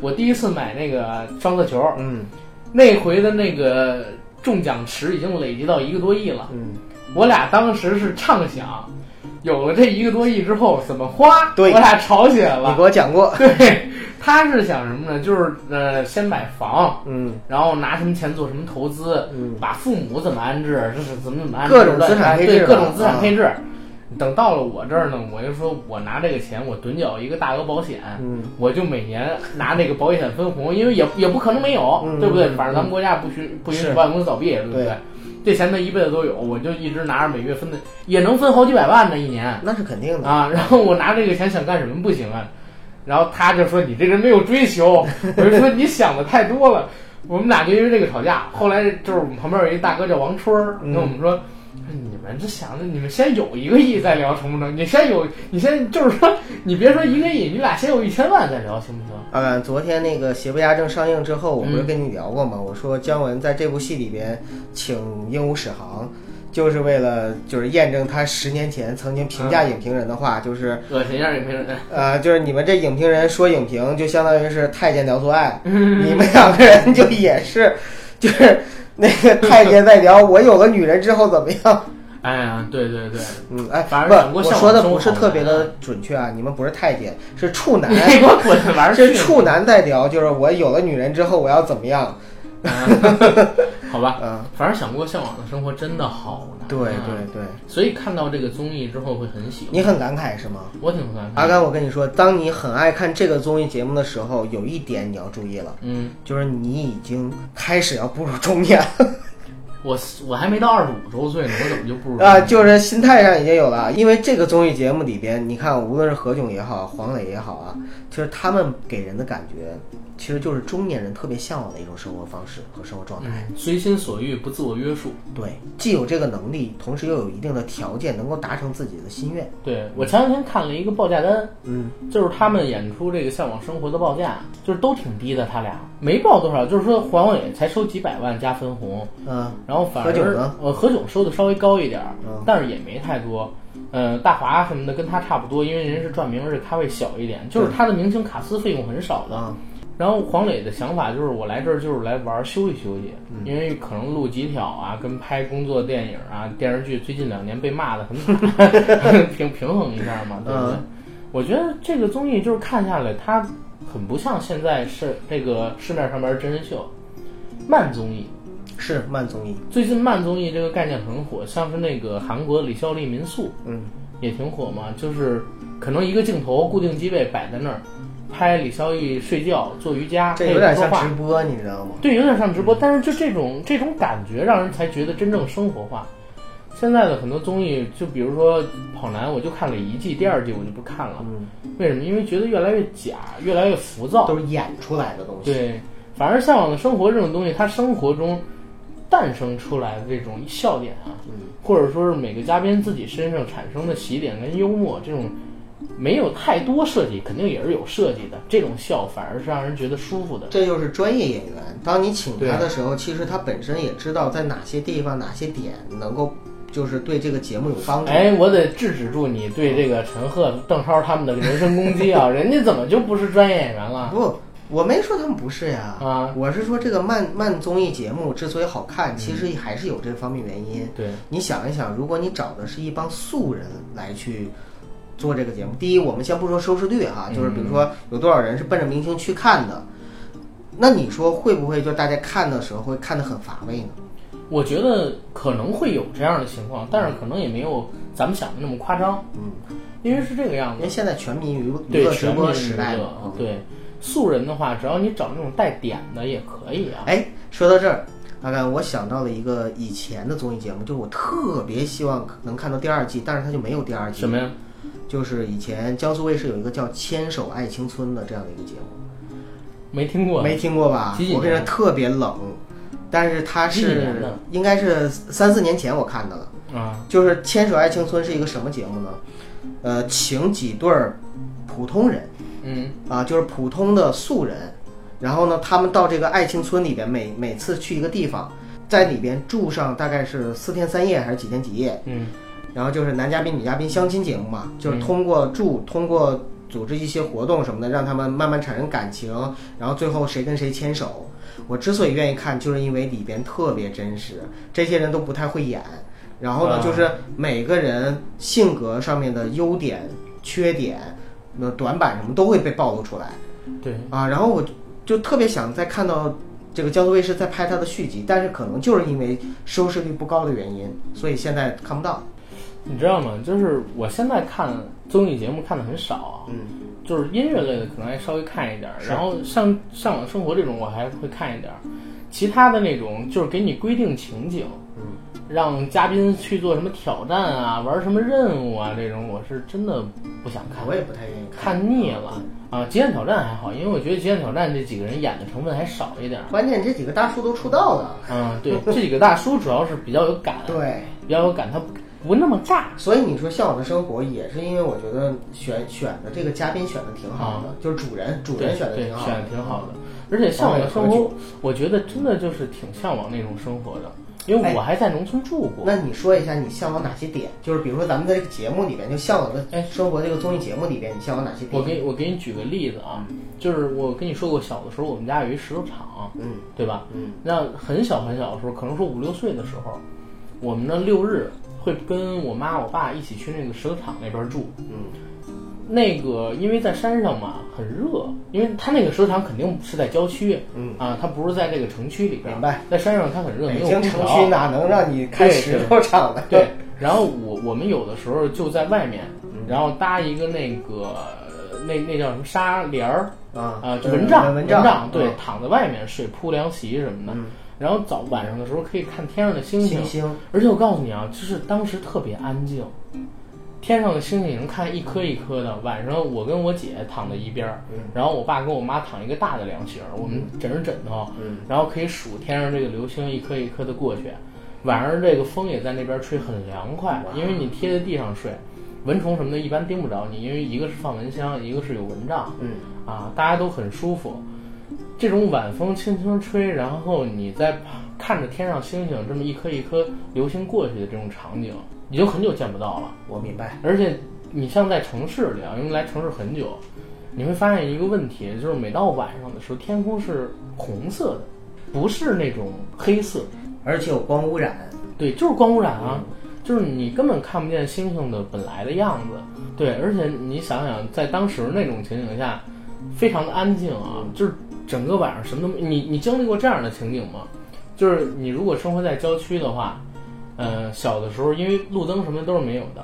Speaker 1: 我第一次买那个双色球，
Speaker 2: 嗯
Speaker 1: 那回的那个中奖池已经累积到一个多亿了，
Speaker 2: 嗯，
Speaker 1: 我俩当时是畅想，有了这一个多亿之后怎么花，
Speaker 2: 对
Speaker 1: 我俩吵起来
Speaker 2: 你
Speaker 1: 了
Speaker 2: 给。我讲过。
Speaker 1: 对，他是想什么呢？就是呃，先买房，
Speaker 2: 嗯
Speaker 1: 然后拿什么钱做什么投资，
Speaker 2: 嗯
Speaker 1: 把父母怎么安置，这是怎么怎么安置，
Speaker 2: 各种资产配置
Speaker 1: 对
Speaker 2: 了啊
Speaker 1: 各种资产配置。等到了我这儿呢，我就说我拿这个钱，我趸缴一个大额保险，
Speaker 2: 嗯
Speaker 1: 我就每年拿那个保险分红，因为也也不可能没有，
Speaker 2: 嗯
Speaker 1: 对不对？
Speaker 2: 嗯
Speaker 1: 反正咱们国家不允不允许
Speaker 2: 是
Speaker 1: 保险公司倒闭，对不对？
Speaker 2: 对
Speaker 1: 这钱他一辈子都有，我就一直拿着，每月分的也能分好几百万呢，一年。
Speaker 2: 那是肯定的。
Speaker 1: 啊，然后我拿这个钱想干什么不行啊？然后他就说你这人没有追求，我就说你想的太多了。我们俩就因为这个吵架。后来就是我们旁边有一大哥叫王春儿，跟我们说。你们这想的，你们先有一个亿再聊成不成？你先有，你先就是说，你别说一个亿，你俩先有一千万再聊，行不行？
Speaker 2: 啊，昨天那个《邪不压正》上映之后，我不是
Speaker 1: 嗯
Speaker 2: 跟你聊过吗？我说姜文在这部戏里边请鹦鹉史航，就是为了就是验证他十年前曾经评
Speaker 1: 嗯
Speaker 2: 价影评人的话，
Speaker 1: [laughs]
Speaker 2: 就是
Speaker 1: 恶心让你评人，
Speaker 2: 呃，就是你们这影评人说影评，就相当于是太监聊做爱，
Speaker 1: 嗯
Speaker 2: 你们两个人就也是，就是那个太监在聊我有了女人之后怎么样？
Speaker 1: [laughs] 哎呀，对对对，
Speaker 2: 嗯，哎，
Speaker 1: 反
Speaker 2: 不
Speaker 1: 正整，个
Speaker 2: 我
Speaker 1: 向往
Speaker 2: 说的
Speaker 1: 生
Speaker 2: 不是
Speaker 1: 活嗯
Speaker 2: 特别
Speaker 1: 嘛
Speaker 2: 的准确啊，你们不是太监，是处男
Speaker 1: [laughs] [laughs] 你，给我滚玩去
Speaker 2: 是！
Speaker 1: [laughs]
Speaker 2: 处男在聊，就是我有了女人之后我要怎么
Speaker 1: 啊
Speaker 2: 样？
Speaker 1: 好吧，
Speaker 2: 嗯，
Speaker 1: 反正想过向往的生活真的好难、啊。
Speaker 2: 对对对，
Speaker 1: 所以看到这个综艺之后会很喜欢。
Speaker 2: 你很感慨是吗？
Speaker 1: 我挺欢
Speaker 2: 阿甘，我跟你说，当你很爱看这个综艺节目的时候，有一点你要注意了，
Speaker 1: 嗯，
Speaker 2: 就是你已经开始要步入中年了。
Speaker 1: 我我还没到二十五周岁呢，我怎么就不如
Speaker 2: 啊，就是心态上已经有了，因为这个综艺节目里边，你看，无论是何炅也好，黄磊也好啊，就是他们给人的感觉其实就是中年人特别向往的一种生活方式和生活状态。
Speaker 1: 嗯随心所欲，不自我约束。
Speaker 2: 对，既有这个能力，同时又有一定的条件能够达成自己的心愿。
Speaker 1: 对我前两天看了一个报价单，
Speaker 2: 嗯，
Speaker 1: 就是他们演出这个《向往生活》的报价，就是都挺低的，他俩没报多少，就是说黄伟才收几百万加分红，
Speaker 2: 呃，
Speaker 1: 然后反而
Speaker 2: 何炅呢
Speaker 1: 呃何炅收的稍微高一点儿，
Speaker 2: 嗯
Speaker 1: 但是也没太多。呃，大华什么的跟他差不多，因为人是赚名，而且咖位小一点，就是他的明星卡司费用很少的。
Speaker 2: 啊，
Speaker 1: 然后黄磊的想法就是，我来这儿就是来玩儿休息休息，
Speaker 2: 嗯
Speaker 1: 因为可能录几条啊，跟拍工作电影啊、电视剧，最近两年被骂的很
Speaker 2: [laughs]
Speaker 1: 惨，平 [laughs] 平衡一下嘛，对不对？
Speaker 2: 嗯
Speaker 1: 我觉得这个综艺就是看下来，它很不像现在是这个市面上边儿真人秀，慢综艺。
Speaker 2: 是慢综艺，
Speaker 1: 最近慢综艺这个概念很火，像是那个韩国李孝利民宿
Speaker 2: 嗯，
Speaker 1: 也挺火嘛，就是可能一个镜头固定机位摆在那儿，拍李孝利睡觉、做瑜伽，哎
Speaker 2: 这
Speaker 1: 配
Speaker 2: 有
Speaker 1: 着
Speaker 2: 点
Speaker 1: 说
Speaker 2: 像
Speaker 1: 话
Speaker 2: 直播，你知道吗？
Speaker 1: 对，有点像直
Speaker 2: 嗯
Speaker 1: 播，但是就这种这种感觉，让人才觉得真正生活化。现在的很多综艺，就比如说《跑男》，我就看了一季，第二季我就不看了。
Speaker 2: 嗯，
Speaker 1: 为什么？因为觉得越来越假，越来越浮躁。
Speaker 2: 都是演出来的东西。
Speaker 1: 哦对，反而《向往的生活》这种东西，它生活中诞生出来的这种笑点啊，
Speaker 2: 嗯，
Speaker 1: 或者说是每个嘉宾自己身上产生的喜点跟幽默，这种没有太多设计，肯定也是有设计的。这种笑反而是让人觉得舒服的。
Speaker 2: 这就是专业演员。当你请
Speaker 1: 对
Speaker 2: 他的时候，其实他本身也知道在哪些地方、哪些点能够，就是对这个节目有帮助。
Speaker 1: 哎，我得制止住你对这个陈赫、邓超他们的人身攻
Speaker 2: [laughs]
Speaker 1: 击啊！人家怎么就不是专业演员了？
Speaker 2: 啊不，我没说他们不是呀，
Speaker 1: 啊
Speaker 2: 我是说这个慢慢综艺节目之所以好看，其实还是有这方面原因。
Speaker 1: 对，
Speaker 2: 你想一想，如果你找的是一帮素人来去做这个节目，第一，我们先不说收视率哈，就是比如
Speaker 1: 嗯
Speaker 2: 说有多少人是奔着明星去看的，那你说会不会就大家看的时候会看得很乏味呢？
Speaker 1: 我觉得可能会有这样的情况，但是可能也没有咱们想的那么夸张。
Speaker 2: 嗯，
Speaker 1: 因为是这个样
Speaker 2: 因
Speaker 1: 子
Speaker 2: 为，现在全民娱乐娱
Speaker 1: 对
Speaker 2: 乐直
Speaker 1: 全民
Speaker 2: 播
Speaker 1: 娱
Speaker 2: 时代
Speaker 1: 乐啊
Speaker 2: 嘛，，嗯
Speaker 1: 对素人的话，只要你找那种带点的也可以啊。
Speaker 2: 哎，说到这儿，大概我想到了一个以前的综艺节目，就是我特别希望能看到第二季，但是它就没有第二季。
Speaker 1: 什么？呀？
Speaker 2: 就是以前江苏卫视有一个叫《牵手爱青春》的这样的一个节目，
Speaker 1: 没听过，
Speaker 2: 没听过吧
Speaker 1: 几几？年
Speaker 2: 我跟人特别冷，但是它
Speaker 1: 几几
Speaker 2: 是
Speaker 1: 年的
Speaker 2: 应该是三四年前我看的了。
Speaker 1: 啊，
Speaker 2: 就是《牵手爱青春》是一个什么节目呢？呃，请几对儿普通人。
Speaker 1: 嗯，
Speaker 2: 啊，就是普通的素人。然后呢，他们到这个爱情村里边，每每次去一个地方，在里边住上大概是四天三夜还是几天几夜。
Speaker 1: 嗯，
Speaker 2: 然后就是男嘉宾、女嘉宾相亲节目嘛，就是通过住，通过组织一些活动什么的，让他们慢慢产生感情，然后最后谁跟谁牵手。我之所以愿意看，就是因为里边特别真实，这些人都不太会演。然后呢，
Speaker 1: 啊
Speaker 2: 就是每个人性格上面的优点、缺点、那短板什么都会被暴露出来。
Speaker 1: 对，
Speaker 2: 啊，然后我就特别想再看到这个江苏卫视在拍它的续集，但是可能就是因为收视率不高的原因，所以现在看不到。
Speaker 1: 你知道吗？就是我现在看综艺节目看的很少啊，
Speaker 2: 嗯，
Speaker 1: 就是音乐类的可能还稍微看一点儿，
Speaker 2: 是
Speaker 1: 然后像《向往生活》这种我还会看一点儿，其他的那种就是给你规定情景，
Speaker 2: 嗯
Speaker 1: 让嘉宾去做什么挑战啊，玩什么任务啊这种，我是真的不想看，
Speaker 2: 我也不嗯太愿意看。
Speaker 1: 看腻了啊。极限挑战还好，因为我觉得极限挑战这几个人演的成分还少一
Speaker 2: [laughs]
Speaker 1: 点儿。
Speaker 2: 关键这几个大叔都出道了，
Speaker 1: 嗯，对，这几个大叔主要是比较有感，
Speaker 2: 对，
Speaker 1: 比较有感，他不不那么尬。
Speaker 2: 所以你说《向往的生活》也是因为我觉得选选的这个嘉宾选的挺好的，就是主人主
Speaker 1: 啊对
Speaker 2: 人选的
Speaker 1: 对
Speaker 2: 挺好
Speaker 1: 选
Speaker 2: 的
Speaker 1: 的，挺好的。而且向往的生
Speaker 2: 黄伟
Speaker 1: 活，我觉得真的就是挺向往那种生活的，因
Speaker 2: 哎
Speaker 1: 为我还在农村住过。
Speaker 2: 那你说一下你向往哪些点？就是比如说咱们在这个节目里边，就《向往的
Speaker 1: 哎
Speaker 2: 生活》这个综艺节目里边，你向往哪些点？
Speaker 1: 我给我给你举个例子啊，就是我跟你说过，小的时候我们家有一石头厂，
Speaker 2: 嗯
Speaker 1: 对吧？
Speaker 2: 嗯，
Speaker 1: 那很小很小的时候，可能说五六岁的时候，我们呢六日会跟我妈我爸一起去那个石头厂那边住。
Speaker 2: 嗯
Speaker 1: 那个因为在山上嘛，很热，因为它那个石头厂肯定是在郊区
Speaker 2: 嗯，
Speaker 1: 啊，它不是在这个城区里边。
Speaker 2: 明白。
Speaker 1: 在山上它很热，没
Speaker 2: 北
Speaker 1: 有
Speaker 2: 京
Speaker 1: 空
Speaker 2: 城
Speaker 1: 调。
Speaker 2: 区哪能让你开
Speaker 1: 对
Speaker 2: 石头厂呢？
Speaker 1: 对，嗯然后我我们有的时候就在外面，然后搭一个那个那那叫什么纱帘儿
Speaker 2: [laughs] 啊
Speaker 1: 啊，就蚊帐
Speaker 2: 蚊
Speaker 1: 帐，对
Speaker 2: 嗯，
Speaker 1: 躺在外面睡铺凉席什么的。然后早晚上的时候可以看天上的星
Speaker 2: 星星
Speaker 1: 而且我告诉你啊，就是当时特别安静，天上的星星也能看一颗一颗的。晚上我跟我姐躺在一边儿，然后我爸跟我妈躺一个大的凉席儿，我们枕着枕头，然后可以数天上这个流星一颗一颗的过去。晚上这个风也在那边吹，很凉快，因为你贴在地上睡，蚊虫什么的一般叮不着你，因为一个是放蚊香，一个是有蚊帐，
Speaker 2: 嗯，
Speaker 1: 啊，大家都很舒服。这种晚风轻轻吹，然后你在看着天上星星这么一颗一颗流星过去的这种场景，已经很久见不到了。
Speaker 2: 我明白。
Speaker 1: 而且你像在城市里啊，因为来城市很久，你会发现一个问题，就是每到晚上的时候，天空是红色的，不是那种黑色。
Speaker 2: 而且有光污染，
Speaker 1: 对，就是光污染啊，就是你根本看不见星星的本来的样子。对，而且你想想，在当时那种情景下，非常的安静啊，就是整个晚上什么都没。你你经历过这样的情景吗？就是你如果生活在郊区的话，呃，小的时候因为路灯什么都是没有的，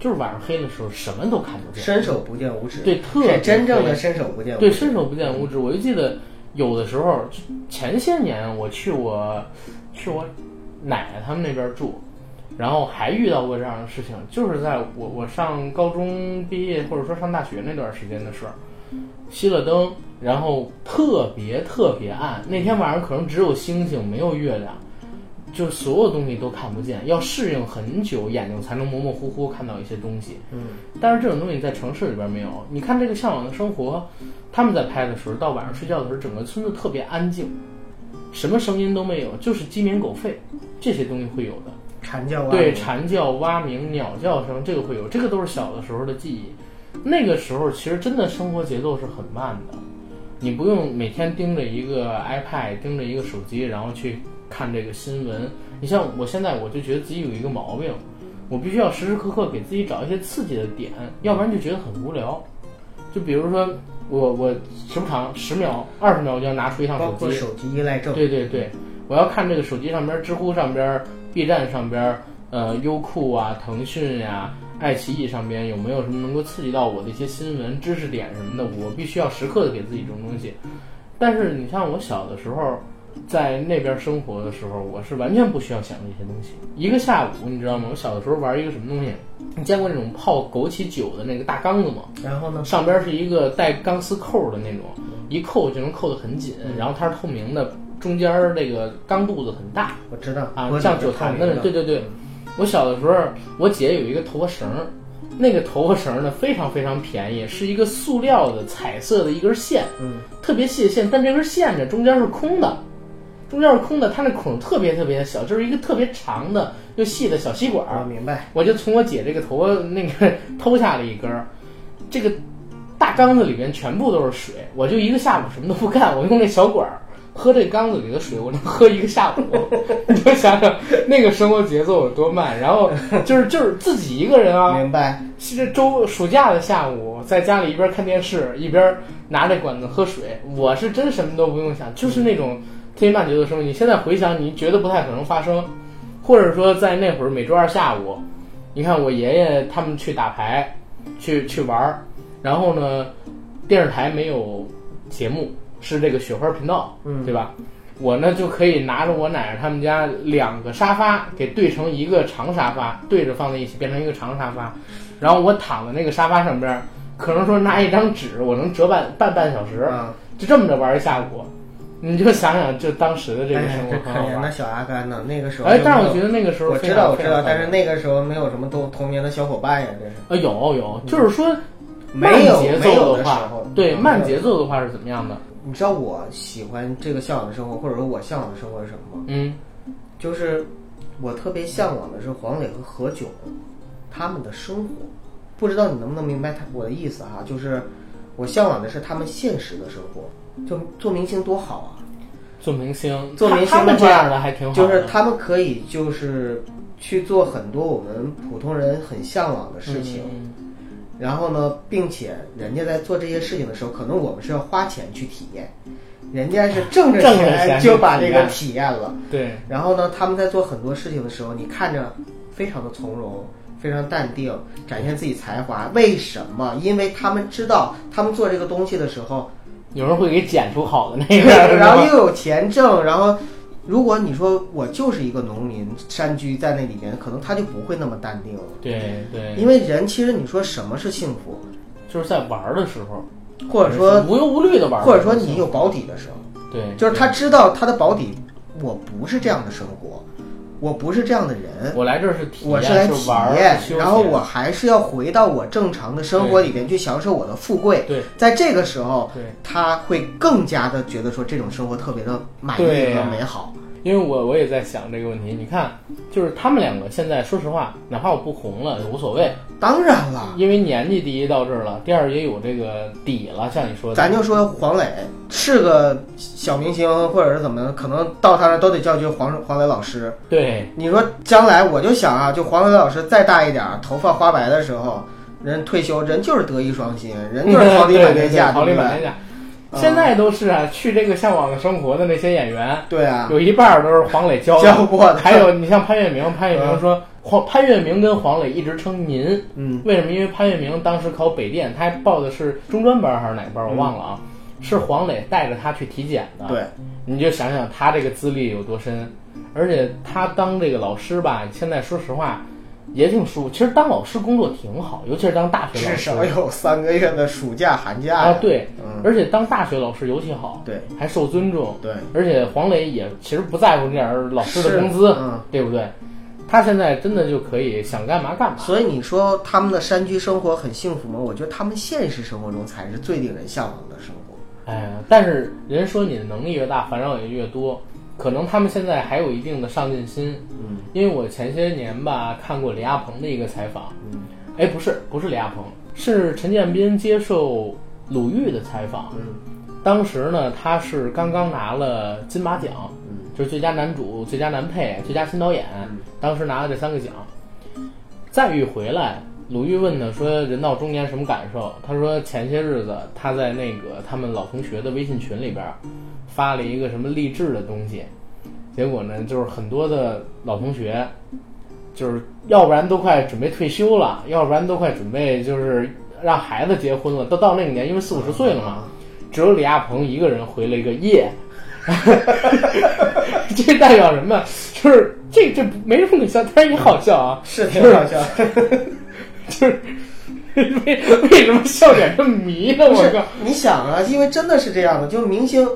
Speaker 1: 就是晚上黑的时候什么都看不见。
Speaker 2: 伸手不见五指。
Speaker 1: 对特别
Speaker 2: 是真正的嗯伸手不见五指。
Speaker 1: 对，伸手不见五指。我就记得有的时候，前些年我去我去我奶奶他们那边住，然后还遇到过这样的事情，就是在我我上高中毕业或者说上大学那段时间的事儿。熄了灯，然后特别特别暗，那天晚上可能只有星星没有月亮，就是所有东西都看不见，要适应很久，眼睛才能模模糊糊看到一些东西。
Speaker 2: 嗯，
Speaker 1: 但是这种东西在城市里边没有。你看这个《向往的生活》，他们在拍的时候，到晚上睡觉的时候，整个村子特别安静，什么声音都没有，就是鸡鸣狗吠这些东西会有的。
Speaker 2: 蝉叫啊。
Speaker 1: 对，蝉叫、蛙鸣、鸟叫声，这个会有，这个都是小的时候的记忆。那个时候其实真的生活节奏是很慢的，你不用每天盯着一个 iPad，盯着一个手机，然后去看这个新闻。你像我现在，我就觉得自己有一个毛病，我必须要时时刻刻给自己找一些刺激的点，要不然就觉得很无聊。就比如说我我时不常十秒、二十秒我就要拿出一趟
Speaker 2: 包
Speaker 1: 手
Speaker 2: 括
Speaker 1: 机，
Speaker 2: 手机依赖症。
Speaker 1: 对对对，我要看这个手机上边儿、知乎上边儿、B 站上边儿、呃优酷啊、腾讯呀、爱奇艺上边有没有什么能够刺激到我的一些新闻、知识点什么的，我必须要时刻的给自己这种东西。但是你像我小的时候，在那边生活的时候，我是完全不需要想这些东西。一个下午，你知道吗？我小的时候玩一个什么东西，你见过那种泡枸杞酒的那个大缸子吗？
Speaker 2: 然后呢？
Speaker 1: 上边是一个带钢丝扣的那种，一扣就能扣得很紧，然后它是透明的，中间儿这个钢肚子很大
Speaker 2: 我知道。
Speaker 1: 啊
Speaker 2: 我，
Speaker 1: 像酒坛子那
Speaker 2: 的。
Speaker 1: 对对对，我小的时候，我姐有一个头发绳儿，那个头发绳儿呢非常非常便宜，是一个塑料的彩色的一根线，
Speaker 2: 嗯，
Speaker 1: 特别细的线，但这根线呢中间是空的，中间是空的，它那孔特别特别的小，就是一个特别长的又细的小吸管儿
Speaker 2: 我。啊明白。
Speaker 1: 我就从我姐这个头发那个 [laughs] 偷下了一根儿，这个大缸子里面全部都是水，我就一个下午什么都不干，我用那小管儿喝这缸子里的水，我能喝一个下午。 [laughs] 你就想想那个生活节奏有多慢，然后就是就是自己一个人啊，
Speaker 2: 明白。
Speaker 1: 是这周暑假的下午，在家里一边看电视一边拿着管子喝水，我是真什么都不用想，就是那种特别慢节奏的生活。你现在回想，你觉得不太可能发生，或者说在那会儿每周二下午，你看我爷爷他们去打牌，去去玩儿，然后呢，电视台没有节目，是这个雪花频道，
Speaker 2: 嗯
Speaker 1: 对吧？我呢就可以拿着我奶奶他们家两个沙发给对成一个长沙发，对着放在一起变成一个长沙发，然后我躺在那个沙发上边儿，可能说拿一张纸，我能折半半半小时，
Speaker 2: 啊，
Speaker 1: 就这么着玩一下午。你就想想，就当时的这个
Speaker 2: 哎
Speaker 1: 生活
Speaker 2: 这
Speaker 1: 很
Speaker 2: 可
Speaker 1: 好
Speaker 2: 怜
Speaker 1: 玩
Speaker 2: 的。小阿甘呢？那个时候
Speaker 1: 哎，
Speaker 2: 就没有，
Speaker 1: 但是我觉得那个时候
Speaker 2: 我
Speaker 1: 非
Speaker 2: 知
Speaker 1: 常
Speaker 2: 道，我知
Speaker 1: 非常
Speaker 2: 道，
Speaker 1: 快乐
Speaker 2: 但是那个时候没有什么都童年的小伙伴呀，这是
Speaker 1: 呃有有，就是说慢
Speaker 2: 嗯没有
Speaker 1: 节
Speaker 2: 没有
Speaker 1: 奏
Speaker 2: 的时
Speaker 1: 话
Speaker 2: 候，，
Speaker 1: 对
Speaker 2: 嗯
Speaker 1: 慢节。奏的话是怎么样的？
Speaker 2: 你知道我喜欢这个向往的生活，或者说我向往的生活是什么吗？
Speaker 1: 嗯，
Speaker 2: 就是我特别向往的是黄磊和何炅他们的生活。不知道你能不能明白他我的意思哈、就是我向往的是他们现实的生活。就做明星多好啊！
Speaker 1: 做明星，
Speaker 2: 做明星
Speaker 1: 他他们
Speaker 2: 的话
Speaker 1: 这样的还挺好
Speaker 2: 就
Speaker 1: 的，
Speaker 2: 是他们可以就是去做很多我们普通人很向往的事情，
Speaker 1: 嗯
Speaker 2: 然后呢，并且人家在做这些事情的时候，可能我们是要花钱去体验，人家是挣着
Speaker 1: 挣着钱
Speaker 2: 钱就把
Speaker 1: 去
Speaker 2: 这
Speaker 1: 体
Speaker 2: 个
Speaker 1: 验
Speaker 2: 体验了。
Speaker 1: 对，
Speaker 2: 然后呢，他们在做很多事情的时候，你看着非常的从容，非常淡定，展现自己才华。为什么？因为他们知道他们做这
Speaker 1: [laughs]
Speaker 2: 个东西的时候，
Speaker 1: 有人会给剪出好的那
Speaker 2: 对
Speaker 1: 个，
Speaker 2: 然后又有钱挣，然后如果你说我就是一个农民山居在那里面，可能他就不会那么淡定了。
Speaker 1: 对对，
Speaker 2: 因为人其实你说什么是幸福，
Speaker 1: 就是在玩儿的时候，
Speaker 2: 或者说
Speaker 1: 无忧无虑的玩儿，
Speaker 2: 或者说你有保底的时候，
Speaker 1: 对，
Speaker 2: 就是他知道他的保底，我不是这样的生活，我不是这样的人，
Speaker 1: 我来这儿是体验，
Speaker 2: 我是来体
Speaker 1: 是玩儿
Speaker 2: 验
Speaker 1: 是休，闲
Speaker 2: 然后我还是要回到我正常的生活里边去享受我的富贵。
Speaker 1: 对
Speaker 2: 在这个时候，
Speaker 1: 对，
Speaker 2: 他会更加的觉得说这种生活特别的满
Speaker 1: 对啊
Speaker 2: 意
Speaker 1: 呀
Speaker 2: 和美好。
Speaker 1: 因为我我也在想这个问题。你看，就是他们两个现在，说实话，哪怕我不红了也无所谓，
Speaker 2: 当然了，
Speaker 1: 因为年纪第一到这儿了，第二也有这个底了，像你说的，
Speaker 2: 咱就说黄磊是个小明星，或者是怎么，可能到他那儿都得叫句黄黄磊老师。
Speaker 1: 对
Speaker 2: 你说将来我就想啊，就黄磊老师再大一点儿，头发花白的时候，人退休，人就是德艺双馨，人就是
Speaker 1: [laughs]
Speaker 2: 桃李
Speaker 1: 对
Speaker 2: 满
Speaker 1: 对对
Speaker 2: 天下，
Speaker 1: 桃李
Speaker 2: 对不对嗯
Speaker 1: 满天下。现在都是啊，去这个向往的生活的那些演员，
Speaker 2: 对啊，
Speaker 1: 有一半儿都是黄磊教
Speaker 2: 教过的，
Speaker 1: [laughs] 还有你像潘粤明，潘粤明说黄潘粤明跟黄磊一直称您，
Speaker 2: [laughs] 嗯，
Speaker 1: 为什么？因为潘粤明当时考北电，他报的是中专班还是哪班，我忘了啊。是黄磊带着他去体检的。
Speaker 2: 嗯对，
Speaker 1: 你就想想他这个资历有多深，而且他当这个老师吧，现在说实话也挺舒服。其实当老师工作挺好，尤其是当大学老
Speaker 2: 至
Speaker 1: 师
Speaker 2: 少有三个月的暑假、寒假
Speaker 1: 啊
Speaker 2: 呀，
Speaker 1: 对，
Speaker 2: 哎嗯
Speaker 1: 而且当大学老师尤其好，
Speaker 2: 对
Speaker 1: 还受尊重，
Speaker 2: 对，
Speaker 1: 而且黄磊也其实不在乎这点儿老师
Speaker 2: 是
Speaker 1: 的工资，
Speaker 2: 嗯
Speaker 1: 对不对？他现在真的就可以想干嘛干嘛，
Speaker 2: 所以你说他们的山居生活很幸福吗？我觉得他们现实生活中才是最令人向往的生活。
Speaker 1: 哎呀，但是人说你的能力越大，烦扰也越多，可能他们现在还有一定的上进心。
Speaker 2: 嗯，
Speaker 1: 因为我前些年吧看过李亚鹏的一个采访，
Speaker 2: 嗯，
Speaker 1: 哎，不是，不是李亚鹏，是陈建斌接受鲁豫的采访。嗯，当时呢，他是刚刚拿了金马奖，
Speaker 2: 嗯，
Speaker 1: 就是最佳男主、最佳男配、最佳新导演，当时拿了这三个奖。再一回来，鲁豫问他说：“人到中年什么感受？”他说：“前些日子他在那个他们老同学的微信群里边儿发了一个什么励志的东西，结果呢，就是很多的老同学，就是要不然都快准备退休了，要不然都快准备就是让孩子结婚了，都到那个年，因为四五十岁了嘛，只有李亚鹏一个人回了一个耶。” [laughs] 这代表什么？就是这这没什么可笑，但是也好笑啊。
Speaker 2: 是
Speaker 1: 挺
Speaker 2: 挺
Speaker 1: 好 [laughs]
Speaker 2: 好笑。
Speaker 1: 就是 [laughs] 为为什么笑点这么迷呢？
Speaker 2: 不
Speaker 1: 我
Speaker 2: 是
Speaker 1: 靠！，
Speaker 2: 你想啊，因为真的是这样的，就明星，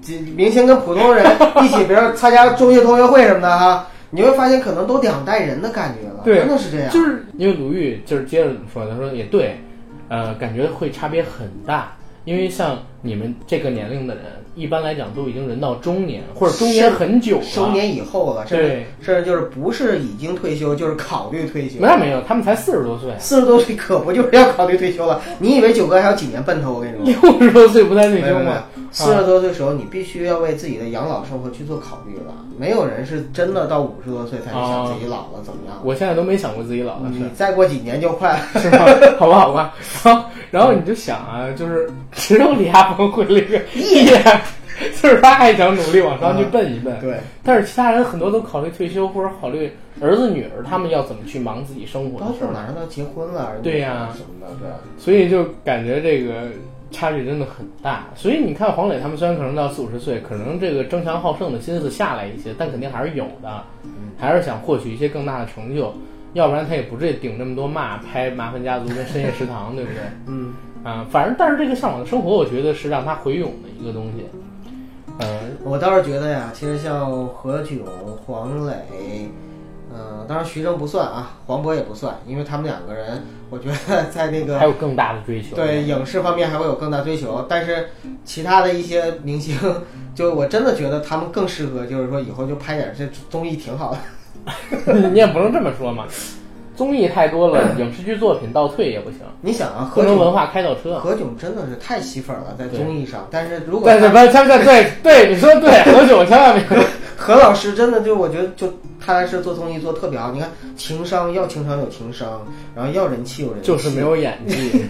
Speaker 2: 几明星跟普通人一起，比如参加中学同学会什么的哈，你会发现可能都两代人的感觉了，
Speaker 1: 对
Speaker 2: 真的是这样。
Speaker 1: 就是因为鲁豫就是接着说，他说也对，呃，感觉会差别很大，因为像你们这个年龄的人，一般来讲都已经人到中年或者中年很久了，
Speaker 2: 收年以后了，甚
Speaker 1: 对
Speaker 2: 至甚至就是不是已经退休，就是考虑退休。
Speaker 1: 那没有，他们才四十多岁，
Speaker 2: 四十多岁可不就是要考虑退休了？你以为九哥还有几年奔头？我跟你说，
Speaker 1: 六十多岁不太退
Speaker 2: 没有
Speaker 1: 休
Speaker 2: 没有
Speaker 1: 吗？，啊
Speaker 2: 四十多岁的时候，你必须要为自己的养老生活去做考虑了。没有人是真的到五十多岁才是想自己老了怎么样。
Speaker 1: 我现在都没想过自己哦老了
Speaker 2: 你再过几年就快
Speaker 1: [laughs] 是是吗？好吧，好 [laughs] 吧，然后然后你就想啊，就是 [laughs] 只有李亚鹏会了一个 [laughs] 耶，就是他还想努力往上去奔一奔，
Speaker 2: 嗯对，
Speaker 1: 但是其他人很多都考虑退休，或者考虑儿子女儿他们要怎么去忙自己生活
Speaker 2: 包
Speaker 1: 的事
Speaker 2: 括
Speaker 1: 儿，
Speaker 2: 马上都要结婚了，
Speaker 1: 对呀
Speaker 2: 什么的，对。
Speaker 1: 所以就感觉这个差距真的很大。所以你看黄磊他们虽然可能到四五十岁，可能这个争强好胜的心思下来一些，但肯定还是有的，
Speaker 2: 嗯
Speaker 1: 还是想获取一些更大的成就，要不然他也不至于顶这么多骂，拍《麻烦家族》跟《深夜食堂》， [laughs] 对不对？
Speaker 2: 嗯，
Speaker 1: 啊，反正但是这个向往的生活，我觉得是让他回勇的一个东西。嗯，
Speaker 2: 我倒是觉得呀，其实像何炅、黄磊，嗯、当然徐峥不算啊，黄渤也不算，因为他们两个人，我觉得在那个
Speaker 1: 还有更大的追求。
Speaker 2: 对影视方面还会有更大追求，但是其他的一些明星，就我真的觉得他们更适合，就是说以后就拍点这综艺挺好的。
Speaker 1: [laughs] 你也不能这么说嘛，综艺太多了，影视剧作品倒退也不行，
Speaker 2: 你想啊，
Speaker 1: 不
Speaker 2: 何
Speaker 1: 能文
Speaker 2: 炅，
Speaker 1: 化开倒车。啊
Speaker 2: 何炅真的是太吸粉了，在
Speaker 1: 对
Speaker 2: 综艺上，但是如果
Speaker 1: 对对
Speaker 2: 他
Speaker 1: 对对对 [laughs] 对，你说得对，何炅千万别。
Speaker 2: 何老师真的就我觉得就踏踏实实做综艺做得特别好，你看情商要情商有情商，然后要人气有人气，
Speaker 1: 就是没有演技，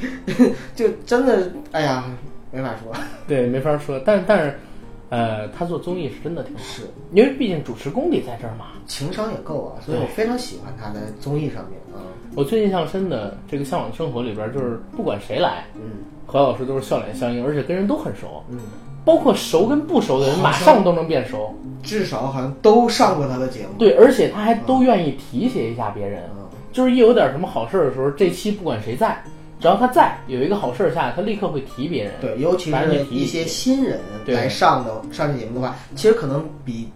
Speaker 2: 就真的哎呀没法说，
Speaker 1: [laughs] 对，没法说。但但是，呃，他做综艺是真的挺好，
Speaker 2: 是
Speaker 1: 因为毕竟主持功底在这儿嘛。
Speaker 2: 情商也够啊，所以我非常喜欢他在综艺上面啊，
Speaker 1: 我最印象深的这个《向往的生活》里边，就是不管谁来，
Speaker 2: 嗯
Speaker 1: 何老师都是笑脸相迎，而且跟人都很熟。
Speaker 2: 嗯
Speaker 1: 包括熟跟不熟的人，
Speaker 2: 好
Speaker 1: 马上都能变熟。
Speaker 2: 至少好像都上过他的节目。
Speaker 1: 对，而且他还都愿意提携一下别人，
Speaker 2: 嗯
Speaker 1: 就是一有点什么好事儿的时候，这期不管谁在，只要他在，有一个好事儿下来，他立刻会提别人。
Speaker 2: 对，尤其
Speaker 1: 反正
Speaker 2: 是
Speaker 1: 你提
Speaker 2: 一些新人
Speaker 1: 对
Speaker 2: 来上的上这节目的话，其实可能比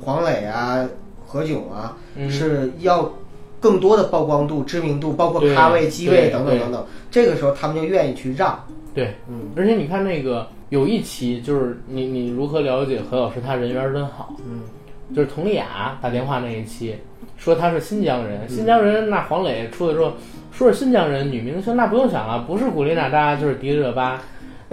Speaker 2: 黄磊啊、何炅啊、
Speaker 1: 嗯
Speaker 2: 是要更多的曝光度、知名度，包括
Speaker 1: 对
Speaker 2: 咖位、机位
Speaker 1: 对
Speaker 2: 等等
Speaker 1: 对
Speaker 2: 等等。这个时候他们就愿意去让，
Speaker 1: 对，
Speaker 2: 嗯
Speaker 1: 而且你看那个有一期，就是你你如何了解何老师，他人缘儿真好，
Speaker 2: 嗯，
Speaker 1: 就是佟丽娅打电话那一期，说她是新疆
Speaker 2: 嗯
Speaker 1: 人，新疆人那黄磊出来之后，说是新疆人女明星，那不用想了，不是古力娜扎就是迪丽热
Speaker 2: [laughs]
Speaker 1: 巴，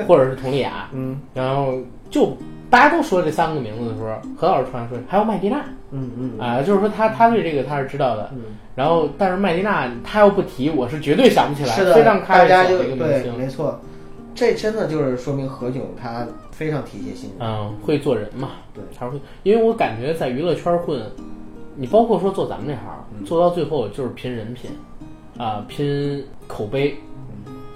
Speaker 1: 或者是佟丽娅，
Speaker 2: 嗯
Speaker 1: 然后就大家都说这三个名字的时候，何老师突然说还有麦迪娜
Speaker 2: 嗯嗯
Speaker 1: 啊、就是说他他对这个他是知道的，
Speaker 2: 嗯，
Speaker 1: 然后但是麦迪娜他要不提，我是绝对想不起来，
Speaker 2: 是的
Speaker 1: 非常，开
Speaker 2: 大家
Speaker 1: 的
Speaker 2: 就
Speaker 1: 一个明
Speaker 2: 对，
Speaker 1: 星，
Speaker 2: 没错，这真的就是说明何炅他非常体贴新人。
Speaker 1: 嗯，会做人嘛，
Speaker 2: 对
Speaker 1: 还是会，因为我感觉在娱乐圈混，你包括说做咱们这行，做到最后就是拼人品，啊、拼口碑。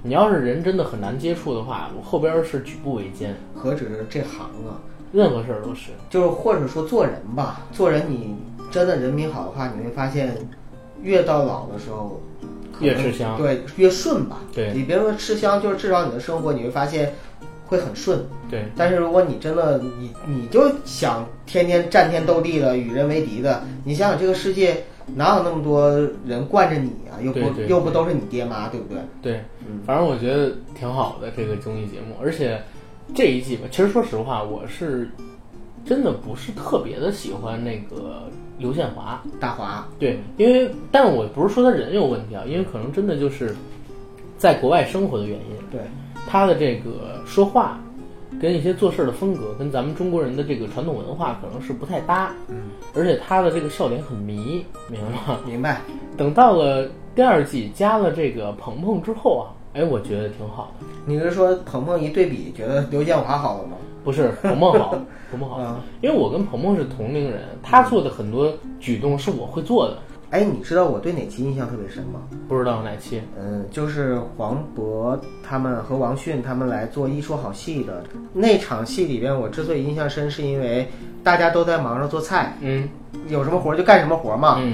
Speaker 1: 你要是人真的很难接触的话，我后边是举步维艰，
Speaker 2: 何止是这行啊，
Speaker 1: 任何事儿都是。
Speaker 2: 就是或者说做人吧，做人你真的人品好的话，你会发现，越到老的时候，可能
Speaker 1: 越吃香
Speaker 2: 对，越顺吧。
Speaker 1: 对
Speaker 2: 你别说吃香，就是至少你的生活你会发现会很顺。
Speaker 1: 对，
Speaker 2: 但是如果你真的你你就想天天战天斗地的与人为敌的，你想想这个世界哪有那么多人惯着你啊？又不
Speaker 1: 对对
Speaker 2: 又不都是你爹妈，对不对？
Speaker 1: 对，反正我觉得挺好的这个综艺节目，而且这一季吧，其实说实话，我是真的不是特别的喜欢那个刘宪华，
Speaker 2: 大华，
Speaker 1: 对，因为但我不是说他人有问题啊，因为可能真的就是在国外生活的原因，
Speaker 2: 对，
Speaker 1: 他的这个说话跟一些做事儿的风格跟咱们中国人的这个传统文化可能是不太搭，嗯，而且他的这个笑点很迷，明白吗？
Speaker 2: 明白。
Speaker 1: 等到了第二季加了这个鹏鹏之后啊，哎，我觉得挺好的，
Speaker 2: 你是说鹏鹏一对比，觉得刘建华好了吗？
Speaker 1: 不是鹏鹏好，鹏鹏好
Speaker 2: 啊，
Speaker 1: 因为我跟鹏鹏是同龄人，他做的很多举动是我会做的，
Speaker 2: 哎，你知道我对哪期印象特别深吗？
Speaker 1: 不知道哪期，
Speaker 2: 嗯，就是黄渤他们和王迅他们来做《一说好戏》的那场戏里边，我之所以印象深，是因为大家都在忙着做菜，
Speaker 1: 嗯
Speaker 2: 有什么活儿就干什么活儿嘛。
Speaker 1: 嗯，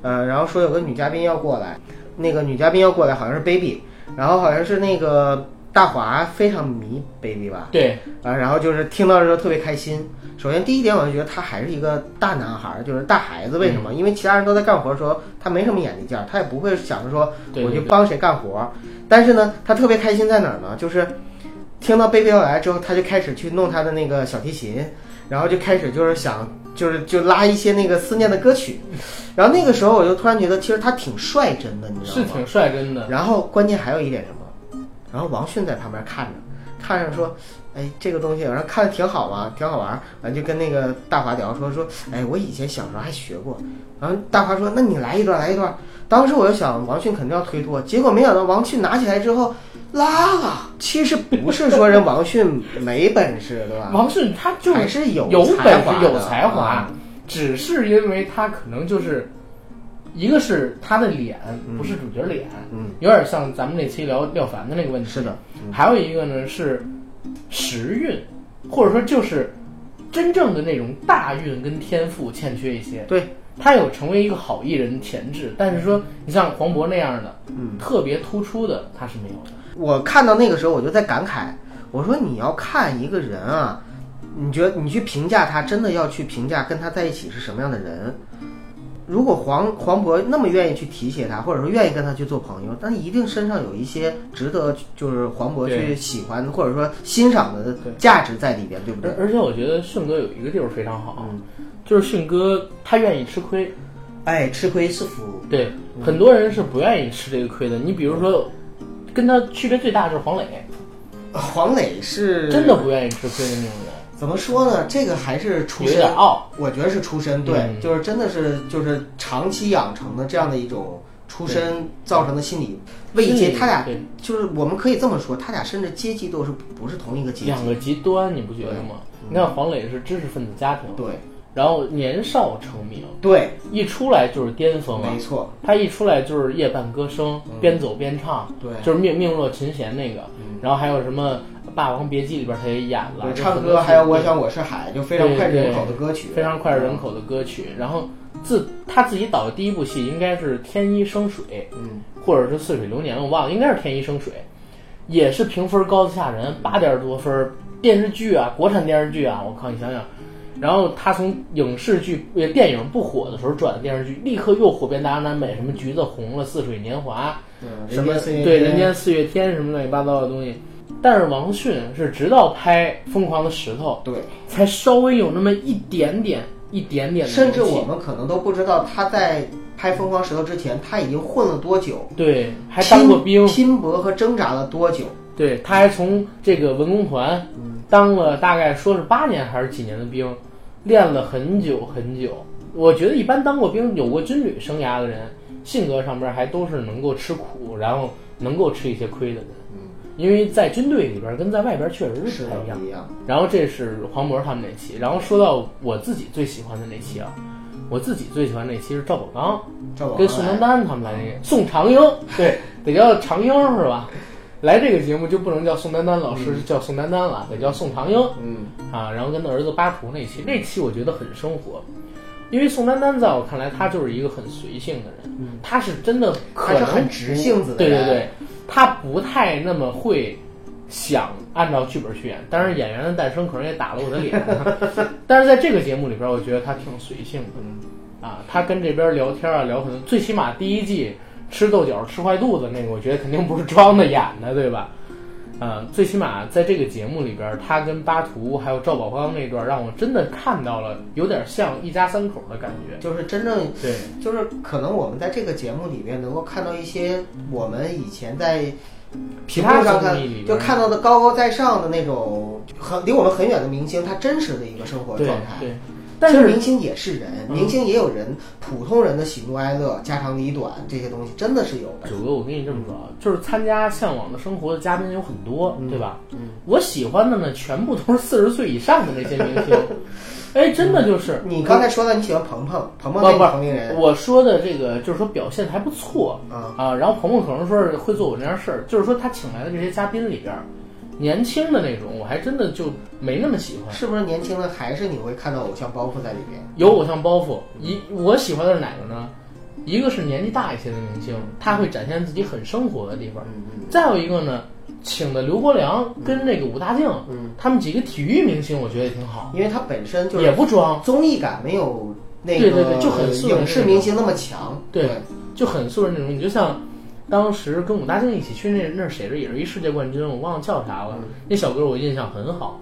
Speaker 2: 呃，然后说有个女嘉宾要过来，那个女嘉宾要过来好像是 baby，然后好像是那个大华非常迷 baby 吧，
Speaker 1: 对，
Speaker 2: 啊，然后就是听到的时候特别开心。首先第一点，我就觉得他还是一个大男孩儿，就是大孩子。为什
Speaker 1: 嗯
Speaker 2: 么？因为其他人都在干活的时候，他没什么眼力劲儿，他也不会想着说
Speaker 1: 对
Speaker 2: 我
Speaker 1: 对
Speaker 2: 去帮谁干活儿。但是呢，他特别开心在哪儿呢？就是听到贝贝要来之后，他就开始去弄他的那个小提琴，然后就开始就是想就是就拉一些那个思念的歌曲。然后那个时候，我就突然觉得其实他挺率真的，你知道
Speaker 1: 是
Speaker 2: 吗？
Speaker 1: 挺率真的。
Speaker 2: 然后关键还有一点什么？然后王迅在旁边看着，看着说：“哎，这个东西，然后看着挺好嘛，挺好玩儿。”完就跟那个大华聊说说：“哎，我以前小时候还学过。”然后大华说：“那你来一段，来一段。”当时我就想王迅肯定要推脱，结果没想到王迅拿起来之后拉了。其实不是说人王迅没本事，对
Speaker 1: [laughs]
Speaker 2: 吧？
Speaker 1: 王迅他就
Speaker 2: 还
Speaker 1: 是
Speaker 2: 是有
Speaker 1: 有
Speaker 2: 才
Speaker 1: 本
Speaker 2: 华
Speaker 1: 事、
Speaker 2: 的
Speaker 1: 有才华
Speaker 2: 啊，
Speaker 1: 只是因为他可能就是，一个是他的脸不是主角脸，
Speaker 2: 嗯，
Speaker 1: 有点像咱们那期聊廖凡的那个问题。
Speaker 2: 是的，嗯
Speaker 1: 还有一个呢是时运，或者说就是真正的那种大运跟天赋欠缺一些。
Speaker 2: 对，
Speaker 1: 他有成为一个好艺人的潜质，但是说你像黄渤那样的，
Speaker 2: 嗯，
Speaker 1: 特别突出的他是没有的。
Speaker 2: 我看到那个时候，我就在感慨，我说你要看一个人啊，你觉得你去评价他，真的要去评价跟他在一起是什么样的人。如果黄黄渤那么愿意去提携他，或者说愿意跟他去做朋友，但一定身上有一些值得就是黄渤去
Speaker 1: 对
Speaker 2: 喜欢或者说欣赏的
Speaker 1: 对
Speaker 2: 价值在里边，对不对
Speaker 1: 而？而且我觉得迅哥有一个地方非常好，
Speaker 2: 嗯
Speaker 1: 就是迅哥他愿意吃亏。
Speaker 2: 哎，吃亏是福。
Speaker 1: 对，很多人是不愿意吃这个亏的。你比如说，跟他区别最大就是黄磊，
Speaker 2: 黄磊是
Speaker 1: 真的不愿意吃亏的那种人。
Speaker 2: 怎么说呢？这个还是出
Speaker 1: 有
Speaker 2: 身
Speaker 1: 点傲，
Speaker 2: 我觉得是出身，对，
Speaker 1: 嗯
Speaker 2: 就是真的是就是长期养成的这样的一种出身造成的心理慰藉。
Speaker 1: 心理
Speaker 2: 他俩
Speaker 1: 嗯对
Speaker 2: 就是我们可以这么说，他俩甚至阶级都是不是同一个阶级？
Speaker 1: 两个极端，你不觉得吗？你看黄磊是知识分子家庭，
Speaker 2: 对
Speaker 1: 然后年少成名，
Speaker 2: 对，
Speaker 1: 一出来就是巅峰啊
Speaker 2: 没！错，
Speaker 1: 他一出来就是夜半歌声，边走边唱，
Speaker 2: 嗯对嗯
Speaker 1: 就是命命若琴弦那个。然后还有什么《霸王别姬》里边他也演了，
Speaker 2: 对，
Speaker 1: 就
Speaker 2: 唱
Speaker 1: 很多
Speaker 2: 歌还有
Speaker 1: 是
Speaker 2: 我想我是海，就非常脍炙人口的歌曲，
Speaker 1: 非常脍炙人口的歌曲。然后自他自己导的第一部戏应该是《天一生水》，
Speaker 2: 嗯，
Speaker 1: 或者是《似水流年》，我忘了，应该是《天一生水》，也是评分高的吓人，八点多分儿。电视剧啊，国产电视剧啊，我靠，你想想。然后他从影视剧、呃电影不火的时候转的电视剧，立刻又火遍大江南北，什么《橘子红了》《似水年华》，
Speaker 2: 对
Speaker 1: 嗯什么
Speaker 2: 人间
Speaker 1: 对人间四月天什么乱七八糟的东西。但是王迅是直到拍《疯狂的石头
Speaker 2: 对，》，
Speaker 1: 才稍微有那么一点点、一点点的
Speaker 2: 甚至
Speaker 1: 名气
Speaker 2: 我们可能都不知道他在拍《疯狂石头》之前他已经混了多久，
Speaker 1: 对还当过兵，
Speaker 2: 拼拼搏和挣扎了多久。
Speaker 1: 对他还从这个文工团当了大概说是八年还是几年的兵，练了很久很久。我觉得一般当过兵、有过军旅生涯的人，性格上边还都是能够吃苦，然后能够吃一些亏的人。
Speaker 2: 嗯
Speaker 1: 因为在军队里边跟在外边确实是
Speaker 2: 是
Speaker 1: 不太
Speaker 2: 的
Speaker 1: 一样
Speaker 2: 不。一样，
Speaker 1: 然后这是黄渤他们那期，然后说到我自己最喜欢的那期啊，我自己最喜欢那期是赵宝刚
Speaker 2: 赵宝
Speaker 1: 跟宋丹丹他们来那个，宋长英，对，得叫长英是吧？来这个节目就不能叫宋丹丹老师，就叫宋丹丹了，得叫宋长英
Speaker 2: 嗯，
Speaker 1: 啊。然后跟他儿子巴图那期，那期我觉得很生活，因为宋丹丹在我看来，她就是一个很随性的人，她是真的可
Speaker 2: 嗯他是
Speaker 1: 能
Speaker 2: 很直性子的
Speaker 1: 对
Speaker 2: 人，
Speaker 1: 对对，他不太那么会想按照剧本去演，但是《演员的诞生》可能也打了我的脸。但是在这个节目里边，我觉得他挺随性的，啊，他跟这边聊天啊，聊很多，最起码第一季吃豆角吃坏肚子那个，我觉得肯定不是装的演的，对吧？呃，最起码在这个节目里边，他跟巴图还有赵宝刚那段，让我真的看到了有点像一家三口的感觉。
Speaker 2: 就是真正
Speaker 1: 对，
Speaker 2: 就是可能我们在这个节目里边能够看到一些我们以前在
Speaker 1: 其
Speaker 2: 屏
Speaker 1: 他
Speaker 2: 幕上
Speaker 1: 综
Speaker 2: 看
Speaker 1: 艺里边
Speaker 2: 就看到的高高在上的那种很离我们很远的明星，他真实的一个生活
Speaker 1: 对
Speaker 2: 状态。
Speaker 1: 对，但
Speaker 2: 但
Speaker 1: 是
Speaker 2: 是明星也是人，
Speaker 1: 嗯
Speaker 2: 明星也有人，普通人的喜怒哀乐、家长里短这些东西真的是有的。
Speaker 1: 九哥，我跟你这么说啊，就是参加《向往的生活》的嘉宾有很多，对吧？
Speaker 2: 嗯
Speaker 1: 我喜欢的呢，全部都是四十岁以上的那些明
Speaker 2: [laughs]
Speaker 1: 星。哎，真的就是
Speaker 2: 嗯你刚才说到你喜欢鹏鹏，鹏鹏
Speaker 1: 不
Speaker 2: 那
Speaker 1: 不
Speaker 2: 个同龄人，
Speaker 1: 我说的这个，就是说表现还不错
Speaker 2: 啊
Speaker 1: 然后鹏鹏可能说是会做我那样事儿，就是说他请来的这些嘉宾里边儿，年轻的那种，我还真的就没那么喜欢。
Speaker 2: 是不是年轻的还是你会看到偶像包袱在里边？
Speaker 1: 有偶像包袱，一我喜欢的是哪个呢？一个是年纪大一些的明星，他会展现自己很生活的地方。
Speaker 2: 嗯嗯
Speaker 1: 再有一个呢，请的刘国梁跟那个武大靖，
Speaker 2: 嗯，
Speaker 1: 他们几个体育明星，我觉得也挺好，
Speaker 2: 因为他本身就是
Speaker 1: 也不装，
Speaker 2: 综艺感没有那个
Speaker 1: 对
Speaker 2: 呃
Speaker 1: 对对就很素人
Speaker 2: 影视明星那么强。
Speaker 1: 对就很素人那种。你就像当时跟武大靖一起去那那谁的，也是一世界冠军，我忘了叫啥
Speaker 2: 嗯
Speaker 1: 了。那小哥我印象很好。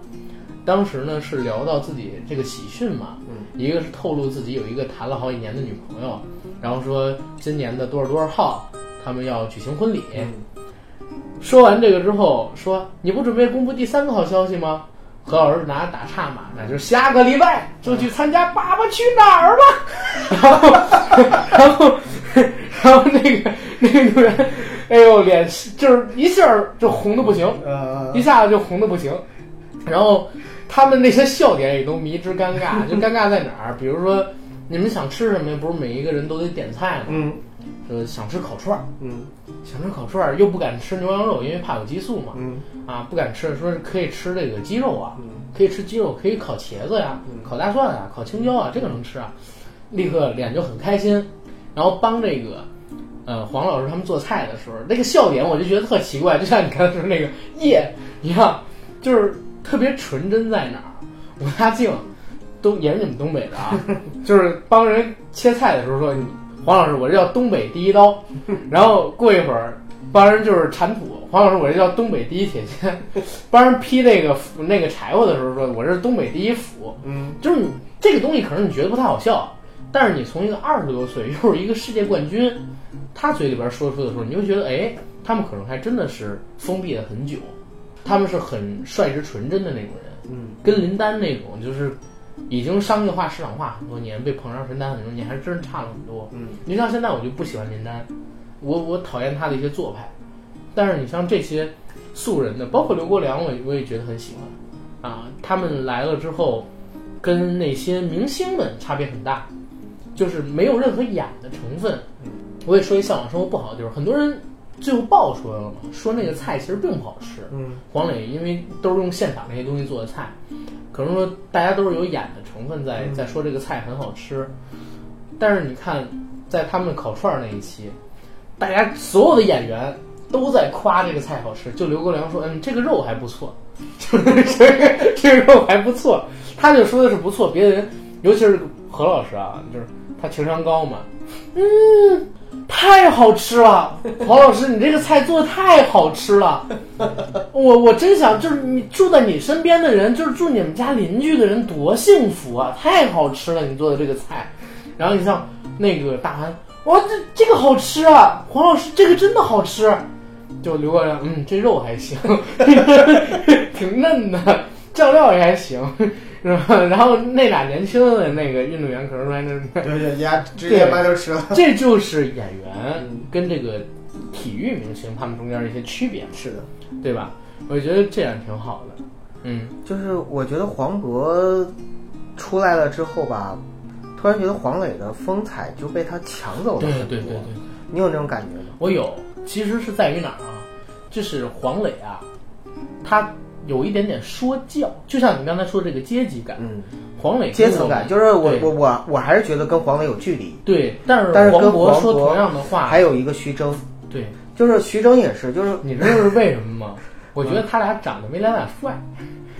Speaker 1: 当时呢是聊到自己这个喜讯嘛，一个是透露自己有一个谈了好几年的女朋友，然后说今年的多少多少号他们要举行婚礼，
Speaker 2: 嗯
Speaker 1: 说完这个之后，说你不准备公布第三个好消息吗？何老师拿着打岔嘛，那就是下个礼拜就去参加《爸爸去哪儿》吧。然后，然后，然后那个那个女人，哎呦，脸就是一下儿就红的不行，
Speaker 2: 呃
Speaker 1: 一，下子就红的不行。然后他们那些笑点也都迷之尴尬，就尴尬在哪儿？比如说你们想吃什么呀？不是每一个人都得点菜吗？
Speaker 2: 嗯
Speaker 1: 说想吃烤串儿，
Speaker 2: 嗯
Speaker 1: 想吃烤串儿又不敢吃牛羊肉，因为怕有激素嘛。
Speaker 2: 嗯
Speaker 1: 啊，不敢吃，说是可以吃这个鸡肉啊，
Speaker 2: 嗯
Speaker 1: 可以吃鸡肉，可以烤茄子呀、
Speaker 2: 嗯
Speaker 1: 烤大蒜啊，烤青椒啊，这个能吃啊，立刻脸就很开心，然后帮这个。呃，黄老师他们做菜的时候，那个笑点我就觉得特奇怪，就像你刚才说那个耶一样，就是特别纯真在哪儿。武大靖，东也是你们东北的啊，就是帮人切菜的时候说你黄老师，我这叫东北第一刀，然后过一会儿帮人就是铲土，黄老师，我这叫东北第一铁锨，帮人劈那个斧那个柴火的时候说，我这是东北第一斧，
Speaker 2: 嗯，
Speaker 1: 就是你这个东西可能你觉得不太好笑，但是你从一个二十多岁又是一个世界冠军，他嘴里边说出的时候，你就觉得哎，他们可能还真的是封闭了很久，他们是很率直纯真的那种人，
Speaker 2: 嗯，
Speaker 1: 跟林丹那种就是已经商业化市场化很多年，被捧上神坛很多年，还真是差了很多，
Speaker 2: 嗯，
Speaker 1: 你像现在我就不喜欢林丹，我我讨厌他的一些做派，但是你像这些素人的，包括刘国梁，我也我也觉得很喜欢啊，他们来了之后。跟那些明星们差别很大，就是没有任何演的成分。我也说一向往生活不好的地方，很多人最后爆出来了嘛，说那个菜其实并不好吃。
Speaker 2: 嗯，
Speaker 1: 黄磊因为都是用现场那些东西做的菜，可能说大家都是有演的成分在，在说这个菜很好吃。但是你看，在他们烤串儿那一期，大家所有的演员都在夸这个菜好吃，就刘国梁说：“嗯，这个肉还不错， [laughs] 就是这个肉还不错。”他就说的是不错，别人尤其是何老师啊，就是他情商高嘛，嗯，太好吃了，黄老师，你这个菜做的太好吃了，我我真想就是你住在你身边的人，就是住你们家邻居的人，多幸福啊！太好吃了，你做的这个菜。然后你像那个大韩，哇，这这个好吃啊！黄老师，这个真的好吃。就刘国梁，嗯，这肉还行， [laughs] 挺嫩的，酱料也还行，是吧？然后那俩年轻的那个运动员可能说那，
Speaker 2: 对对，人家直接掰头吃了。
Speaker 1: 这就是演员跟这个体育明星他们中间的一些区别，
Speaker 2: 是的，
Speaker 1: 对吧？我觉得这样挺好的。嗯，
Speaker 2: 就是我觉得黄渤出来了之后吧，突然觉得黄磊的风采就被他抢走了
Speaker 1: 对
Speaker 2: 很
Speaker 1: 对对
Speaker 2: 多。
Speaker 1: 对对。
Speaker 2: 你有那种感觉吗？
Speaker 1: 我有，其实是在于哪儿啊？就是黄磊啊，他有一点点说教，就像你刚才说这个阶级感，
Speaker 2: 嗯，
Speaker 1: 黄磊
Speaker 2: 阶层感
Speaker 1: 跟
Speaker 2: 就是我
Speaker 1: 对
Speaker 2: 我我我还是觉得跟黄磊有距离。
Speaker 1: 对，但是
Speaker 2: 但是
Speaker 1: 黄
Speaker 2: 跟
Speaker 1: 渤
Speaker 2: 黄
Speaker 1: 说
Speaker 2: 渤
Speaker 1: 同样的话，
Speaker 2: 还有一个徐峥，
Speaker 1: 对，
Speaker 2: 就是徐峥也是，就是
Speaker 1: 你知道是为什么
Speaker 2: [laughs]
Speaker 1: 吗？我觉得他俩长得没咱俩帅，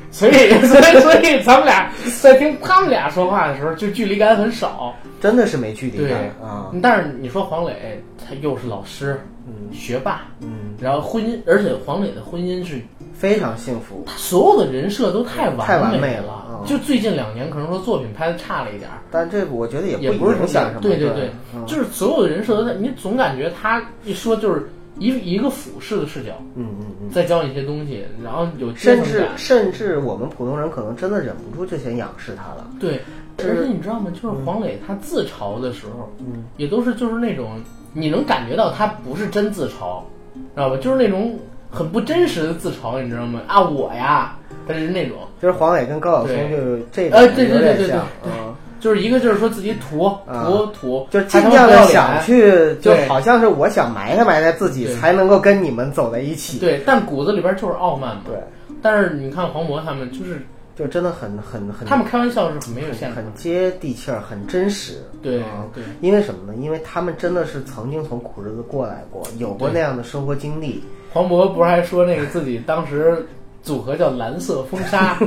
Speaker 1: 所以所以所以咱们俩在听他们俩说话的时候，就距离感很少。
Speaker 2: 真的是没距离
Speaker 1: 对嗯
Speaker 2: 感啊。
Speaker 1: 但是你说黄磊，他又是老师，
Speaker 2: 嗯
Speaker 1: 学霸，
Speaker 2: 嗯，
Speaker 1: 然后婚姻，而且黄磊的婚姻是
Speaker 2: 非常幸福。
Speaker 1: 他所有的人设都太完
Speaker 2: 太完
Speaker 1: 美
Speaker 2: 美了嗯
Speaker 1: 就最近两年可能说作品拍的差了一点儿，
Speaker 2: 但这个我觉得也
Speaker 1: 也
Speaker 2: 不
Speaker 1: 不是
Speaker 2: 影响什么。
Speaker 1: 对
Speaker 2: 对
Speaker 1: 对，
Speaker 2: 嗯
Speaker 1: 就是所有的人设都在，你总感觉他一说就是一一个俯视的视角
Speaker 2: 嗯嗯嗯。
Speaker 1: 在教你一些东西，然后有阶
Speaker 2: 甚
Speaker 1: 层
Speaker 2: 至
Speaker 1: 感，
Speaker 2: 甚至我们普通人可能真的忍不住就想仰视他了。
Speaker 1: 对，
Speaker 2: 是
Speaker 1: 而且你知道吗？就是黄磊他自嘲的时候，
Speaker 2: 嗯，
Speaker 1: 也都是就是那种你能感觉到他不是真自嘲，知道吧？就是那种很不真实的自嘲，你知道吗？啊，我呀，他是那种。
Speaker 2: 就是黄磊跟高晓松
Speaker 1: 对
Speaker 2: 就是这
Speaker 1: 呃
Speaker 2: 个
Speaker 1: 对对
Speaker 2: 有点
Speaker 1: 对对
Speaker 2: 像，
Speaker 1: 对
Speaker 2: 嗯，
Speaker 1: 就是一个就是说自己土
Speaker 2: 啊
Speaker 1: 土土，
Speaker 2: 就是
Speaker 1: 还
Speaker 2: 尽
Speaker 1: 他妈
Speaker 2: 量
Speaker 1: 不要
Speaker 2: 的
Speaker 1: 脸
Speaker 2: 想去，就
Speaker 1: 对
Speaker 2: 好像是我想埋汰埋汰自己，
Speaker 1: 对
Speaker 2: 才能够跟你们走在一起。
Speaker 1: 对，但骨子里边就是傲慢嘛。
Speaker 2: 对，
Speaker 1: 但是你看黄渤他们，就是
Speaker 2: 就真的很很很
Speaker 1: 他们开玩笑是很没有限度的。
Speaker 2: 很接地气儿，很真实。
Speaker 1: 对
Speaker 2: 啊
Speaker 1: 对
Speaker 2: 因为什么呢？因为他们真的是曾经从苦日子过来过，有过那样的生活经历。
Speaker 1: 黄渤不是还说那个自己当时组合叫蓝色风沙，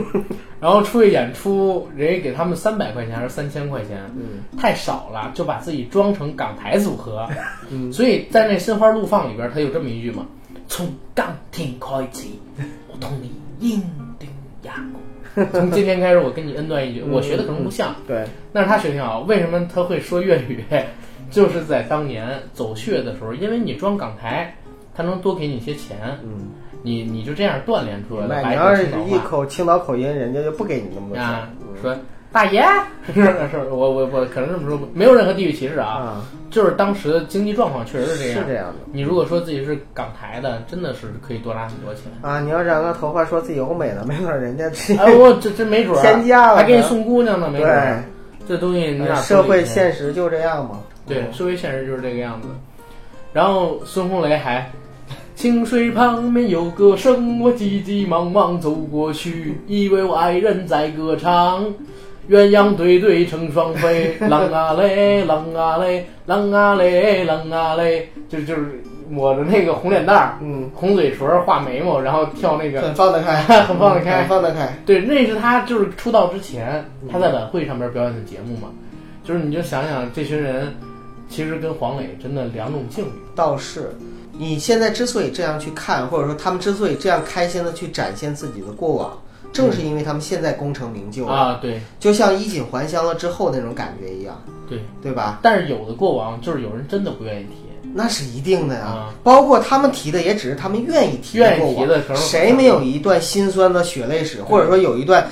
Speaker 1: 然后出去演出，人家给他们三百块钱还是三千块钱，
Speaker 2: 嗯
Speaker 1: 太少了，就把自己装成港台组合。所以在那《心花怒放》里边，他有这么一句嘛：“从今天开始，我同你认定也。”从今天开始，我跟你恩断义绝。我学的可能不像，
Speaker 2: 对，
Speaker 1: 但是他学挺好。为什么他会说粤语？ [laughs] 就是在当年走穴的时候，因为你装港台，他能多给你一些钱，
Speaker 2: 嗯，
Speaker 1: 你你就这样锻炼出来的
Speaker 2: 那
Speaker 1: 白
Speaker 2: 你要
Speaker 1: 口
Speaker 2: 是
Speaker 1: 青岛
Speaker 2: 一
Speaker 1: 话。
Speaker 2: 口青岛口音，人家就不给你那么多
Speaker 1: 啊
Speaker 2: 钱。，嗯
Speaker 1: 说大爷， [laughs] 是是，我我我可能这么说，没有任何地域歧视啊，
Speaker 2: 啊，
Speaker 1: 就是当时的经济状况确实是这样。
Speaker 2: 是这样的。
Speaker 1: 你如果说自己是港台的，真的是可以多拿很多
Speaker 2: [laughs]
Speaker 1: 钱。
Speaker 2: 啊，你要染个头发说自己欧美的，没准儿人家这、 [laughs]
Speaker 1: 哎，我这这没准儿
Speaker 2: 天价了
Speaker 1: 还给你送姑娘呢，没准儿。
Speaker 2: 对
Speaker 1: 这东西你哪说
Speaker 2: 社
Speaker 1: 理
Speaker 2: 会
Speaker 1: 去
Speaker 2: 现实就这样嘛。
Speaker 1: 对，社会现实就是这个样子。然后孙红雷还，清水旁边有歌声，我急急忙忙走过去，以为我爱人在歌唱。鸳鸯对对成双飞，郎啊嘞，郎啊嘞，郎啊嘞，郎啊嘞，就就是抹着那个红脸蛋儿，
Speaker 2: 嗯，
Speaker 1: 红嘴唇儿，画眉毛，然后跳那个
Speaker 2: 很放得开，
Speaker 1: 很放得开
Speaker 2: 很放得开。
Speaker 1: 对，那是他就是出道之前
Speaker 2: 嗯
Speaker 1: 他在晚会上边表演的节目嘛，就是你就想想这群人，其实跟黄磊真的两种境遇。
Speaker 2: 倒是，你现在之所以这样去看，或者说他们之所以这样开心的去展现自己的过往，正是因为他们现在功成名就了，
Speaker 1: 嗯啊，对
Speaker 2: 就像衣锦还乡了之后那种感觉一样，
Speaker 1: 对，
Speaker 2: 对吧？
Speaker 1: 但是有的过往就是有人真的不愿意提，
Speaker 2: 那是一定的呀、
Speaker 1: 啊
Speaker 2: 包括他们提的，也只是他们愿意提
Speaker 1: 愿
Speaker 2: 的
Speaker 1: 意
Speaker 2: 过往。
Speaker 1: 提的可能
Speaker 2: 谁没有一段心酸的血泪史，或者说有一段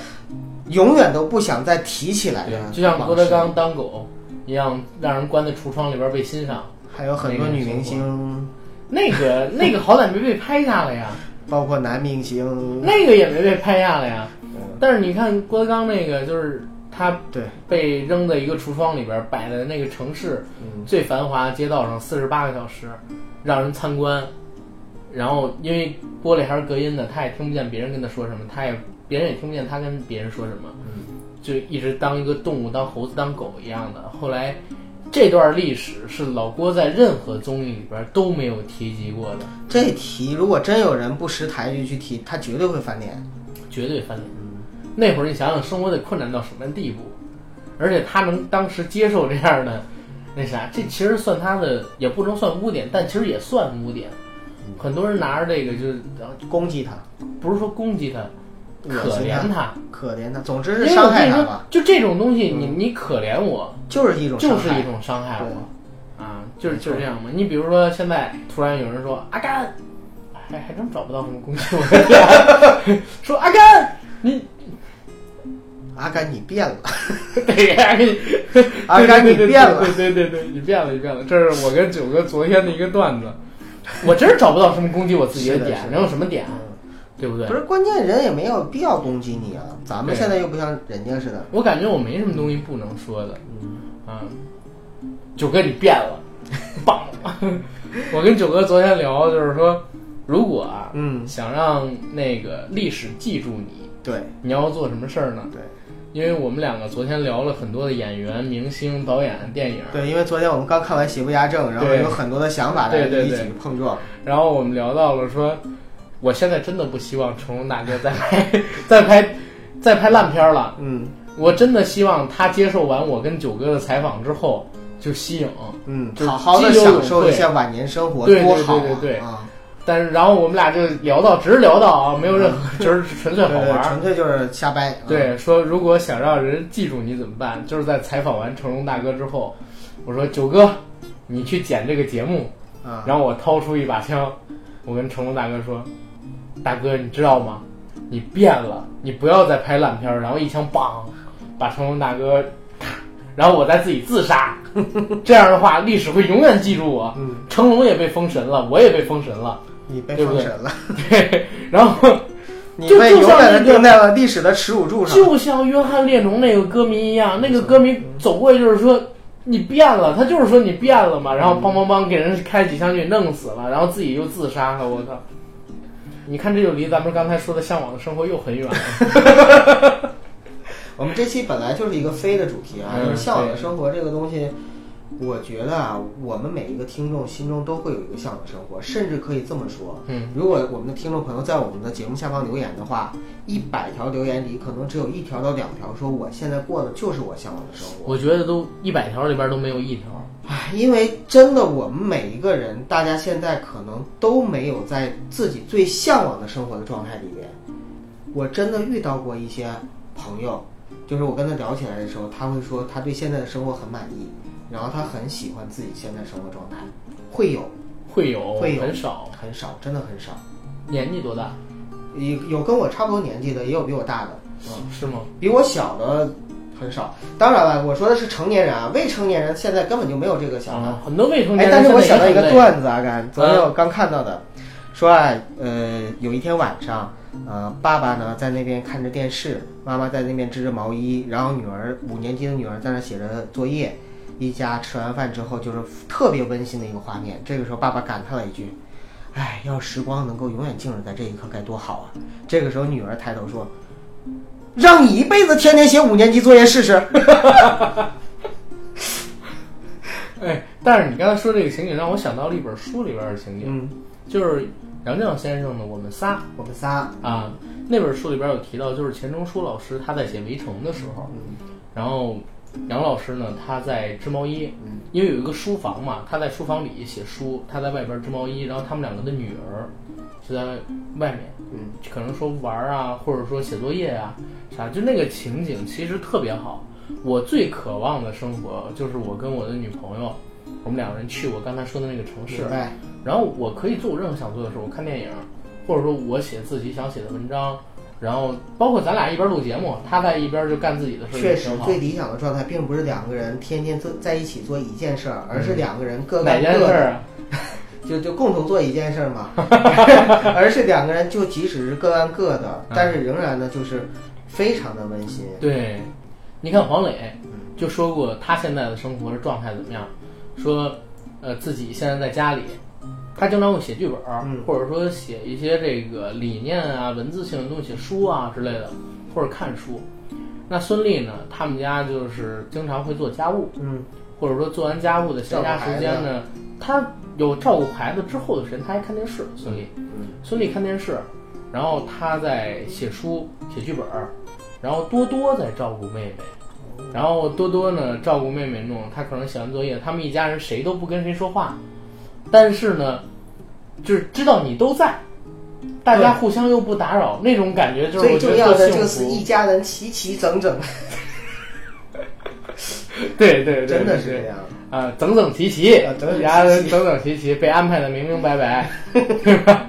Speaker 2: 永远都不想再提起来的啊往
Speaker 1: 对，
Speaker 2: 事？
Speaker 1: 就像郭德纲当狗一样，让人关在橱窗里边被欣赏，
Speaker 2: 还有很多女明星，
Speaker 1: 那个那个好歹没被拍下来
Speaker 2: [laughs]
Speaker 1: 呀，
Speaker 2: 包括男明星，
Speaker 1: 那个也没被拍下来呀。
Speaker 2: 嗯
Speaker 1: 但是你看郭德纲那个，就是他
Speaker 2: 对，
Speaker 1: 被扔在一个橱窗里边，摆在那个城市
Speaker 2: 嗯
Speaker 1: 最繁华的街道上四十八个小时，让人参观，然后因为玻璃还是隔音的，他也听不见别人跟他说什么，他也别人也听不见他跟别人说什么，就一直当一个动物，当猴子当狗一样的。后来这段历史是老郭在任何综艺里边都没有提及过的，
Speaker 2: 这题如果真有人不识抬举去提，他绝对会翻脸。
Speaker 1: 绝对翻脸。那会儿你想想生活得困难到什么地步，而且他能当时接受这样的那啥，这其实算他的也不能算污点，但其实也算污点。
Speaker 2: 嗯
Speaker 1: 很多人拿着这个就是
Speaker 2: 攻击他，
Speaker 1: 不是说攻击他，可
Speaker 2: 恶心
Speaker 1: 怜他，
Speaker 2: 可怜他，总之
Speaker 1: 因
Speaker 2: 是
Speaker 1: 为
Speaker 2: 伤
Speaker 1: 我跟
Speaker 2: 害
Speaker 1: 你
Speaker 2: 他
Speaker 1: 说
Speaker 2: 吧，，
Speaker 1: 就这种东西，你你可怜我，
Speaker 2: 就是一种伤
Speaker 1: 就
Speaker 2: 害，
Speaker 1: 是一种伤害
Speaker 2: 对
Speaker 1: 我，啊，就是就是这样嘛。你比如说现在突然有人说阿甘，还还真找不到什么攻击我的
Speaker 2: [laughs]
Speaker 1: 点， [laughs] 说阿甘，你
Speaker 2: 阿甘，你变了，
Speaker 1: 对呀，你
Speaker 2: 阿甘你变了
Speaker 1: 对对对对，对你变了，你变了。这是我跟九哥昨天的一个段子， [laughs] 我真是找不到什么攻击我自己
Speaker 2: 是的
Speaker 1: 点
Speaker 2: 是，的
Speaker 1: 能有什么点，对不对
Speaker 2: 不？是关键，人也没有必要攻击你啊。咱们
Speaker 1: 对
Speaker 2: 现在又不像人家似的，
Speaker 1: 我感觉我没什么东西不能说的，啊，九哥你变了，棒！ [laughs] 我跟九哥昨天聊，就是说，如果啊，
Speaker 2: 嗯
Speaker 1: 想让那个历史记住你，
Speaker 2: 对
Speaker 1: 你要做什么事儿呢？
Speaker 2: 对
Speaker 1: 因为我们两个昨天聊了很多的演员、明星、导演、电影，
Speaker 2: 对，因为昨天我们刚看完《邪不压正》，然后
Speaker 1: 对
Speaker 2: 有很多的想法在
Speaker 1: 对对
Speaker 2: 一
Speaker 1: 对
Speaker 2: 起碰撞。
Speaker 1: 然后我们聊到了说，我现在真的不希望成龙大哥再拍 [laughs] 再拍再拍烂片儿了，
Speaker 2: 嗯
Speaker 1: 我真的希望他接受完我跟九哥的采访之后就息影。
Speaker 2: 嗯，
Speaker 1: 就是
Speaker 2: 好好的
Speaker 1: 激流勇
Speaker 2: 享受一
Speaker 1: 退
Speaker 2: 下晚年生活，
Speaker 1: 对对
Speaker 2: 多好啊！
Speaker 1: 对对对
Speaker 2: 啊，
Speaker 1: 但是然后我们俩就聊到，只是聊到啊，没有任何， [laughs] 就是纯粹
Speaker 2: 对
Speaker 1: 好玩
Speaker 2: 对对
Speaker 1: 儿。
Speaker 2: 纯粹就是瞎掰。啊，
Speaker 1: 对，说如果想让人记住你怎么办？就是在采访完成龙大哥之后，我说九哥，你去剪这个节目，
Speaker 2: 啊，
Speaker 1: 然后我掏出一把枪，我跟成龙大哥说：“大哥，你知道吗？你变了，你不要再拍烂片儿。”然后一枪梆，把成龙大哥，咔然后我再自己自杀。这样的话，历史会永远记住我。
Speaker 2: 嗯，
Speaker 1: 成龙也被封神了，我也被封神了。 [laughs]
Speaker 2: 你被
Speaker 1: 对不
Speaker 2: 封
Speaker 1: 对
Speaker 2: 神了，
Speaker 1: 对，然后
Speaker 2: 你
Speaker 1: 就
Speaker 2: 被
Speaker 1: 就
Speaker 2: 永
Speaker 1: 像
Speaker 2: 远的
Speaker 1: 那个
Speaker 2: 钉在了历史的耻辱柱上。
Speaker 1: 就像约翰列侬那个歌迷一样，那个歌迷走过去就是说你变了，他就是说你变了嘛，然后梆梆梆给人开几枪给弄死了，然后自己又自杀了，我靠！你看这就离咱们刚才说的向往的生活又很远了。
Speaker 2: 我们这期本来就是一个飞的主题啊，
Speaker 1: 嗯
Speaker 2: 就是向往的生活这个东西，我觉得啊，我们每一个听众心中都会有一个向往的生活，甚至可以这么说，
Speaker 1: 嗯，
Speaker 2: 如果我们的听众朋友在我们的节目下方留言的话，一百条留言里可能只有一条到两条说我现在过的就是我向往的生
Speaker 1: [laughs]
Speaker 2: 活。
Speaker 1: 我觉得都一百条里边都没有一条，
Speaker 2: 唉，因为真的，我们每一个人，大家现在可能都没有在自己最向往的生活的状态里面。我真的遇到过一些朋友，就是我跟他聊起来的时候，他会说他对现在的生活很满意，然后他很喜欢自己现在生活状态，会有
Speaker 1: 会有
Speaker 2: 会有
Speaker 1: 很少。
Speaker 2: 很少，真的很少。
Speaker 1: 年纪多大？
Speaker 2: 有有跟我差不多年纪的，也有比我大的，
Speaker 1: 嗯，是吗？
Speaker 2: 比我小的很少。当然了，我说的是成年人啊，未成年人现在根本就没有这个想法。
Speaker 1: 啊，很多未成
Speaker 2: 哎
Speaker 1: 年，人。
Speaker 2: 但是我想到
Speaker 1: 到
Speaker 2: 一个，段子啊，甘，昨天我刚看到的，说啊，呃，有一天晚上，呃，爸爸呢在那边看着电视，妈妈在那边织着毛衣，然后女儿五年级的女儿在那写着作业，一家吃完饭之后就是特别温馨的一个画面。这个时候，爸爸感叹了一句：“哎，要时光能够永远静止在这一刻该多好啊！”这个时候，女儿抬头说：“让你一辈子天天写五年级作业试试。”
Speaker 1: 哎，但是你刚才说这个情景让我想到了一本书里边的情景，
Speaker 2: 嗯，
Speaker 1: 就是杨绛先生的《我们仨》。
Speaker 2: 我们仨，
Speaker 1: 啊，那本书里边有提到，就是钱钟书老师他在写《围城》的时候，
Speaker 2: 嗯
Speaker 1: 然后杨老师呢他在织毛衣，
Speaker 2: 嗯
Speaker 1: 因为有一个书房嘛，他在书房里写书，他在外边织毛衣，然后他们两个的女儿就在外面，
Speaker 2: 嗯，
Speaker 1: 可能说玩儿啊，或者说写作业啊，啥，就那个情景其实特别好。我最渴望的生活就是我跟我的女朋友，我们两个人去我刚才说的那个城市
Speaker 2: 明，白，
Speaker 1: 然后我可以做我任何想做的事，我看电影，或者说我写自己想写的文章，然后包括咱俩一边录节目，他在一边就干自己的事，
Speaker 2: 确实
Speaker 1: 挺，好
Speaker 2: 最。理想的状态并不是两个人天天做在一起做一件事儿，而是两个人
Speaker 1: 嗯
Speaker 2: 各
Speaker 1: 哪
Speaker 2: 干
Speaker 1: 件
Speaker 2: 各
Speaker 1: 事
Speaker 2: 的，
Speaker 1: 儿啊？
Speaker 2: 就就共同做一件事儿
Speaker 1: [laughs]
Speaker 2: 嘛。而是两个人就即使是各干各的，
Speaker 1: 嗯
Speaker 2: 但是仍然呢就是非常的温馨。
Speaker 1: 对，你看黄磊就说过他现在的生活状态怎么样，说呃自己现在在家里，他经常会写剧本儿，
Speaker 2: 嗯
Speaker 1: 或者说写一些这个理念啊、文字性的东西，书啊之类的，或者看书。那孙俪呢，他们家就是经常会做家务，
Speaker 2: 嗯，
Speaker 1: 或者说做完家务的闲暇时间呢，他有照顾孩子之后的时间，他还看电视。孙俪，
Speaker 2: 嗯
Speaker 1: 孙俪看电视，然后他在写书、写剧本儿，然后多多在照顾妹
Speaker 2: 哦
Speaker 1: 妹，然后多多呢照顾妹妹弄，他可能写完作业，他们一家人谁都不跟谁说话，但是呢，就是知道你都在。大家互相又不打扰，那种感觉就是
Speaker 2: 最
Speaker 1: 我觉
Speaker 2: 重
Speaker 1: 得
Speaker 2: 要
Speaker 1: 特
Speaker 2: 的
Speaker 1: 幸
Speaker 2: 就是
Speaker 1: 福。
Speaker 2: 一家人齐齐整整，
Speaker 1: 对对对，
Speaker 2: 真的
Speaker 1: 对
Speaker 2: 是
Speaker 1: 对
Speaker 2: 这样。
Speaker 1: 啊，整整齐齐，
Speaker 2: 啊整整齐齐
Speaker 1: 一家人整整齐齐，被安排的明明白
Speaker 2: [laughs]
Speaker 1: 白，对吧？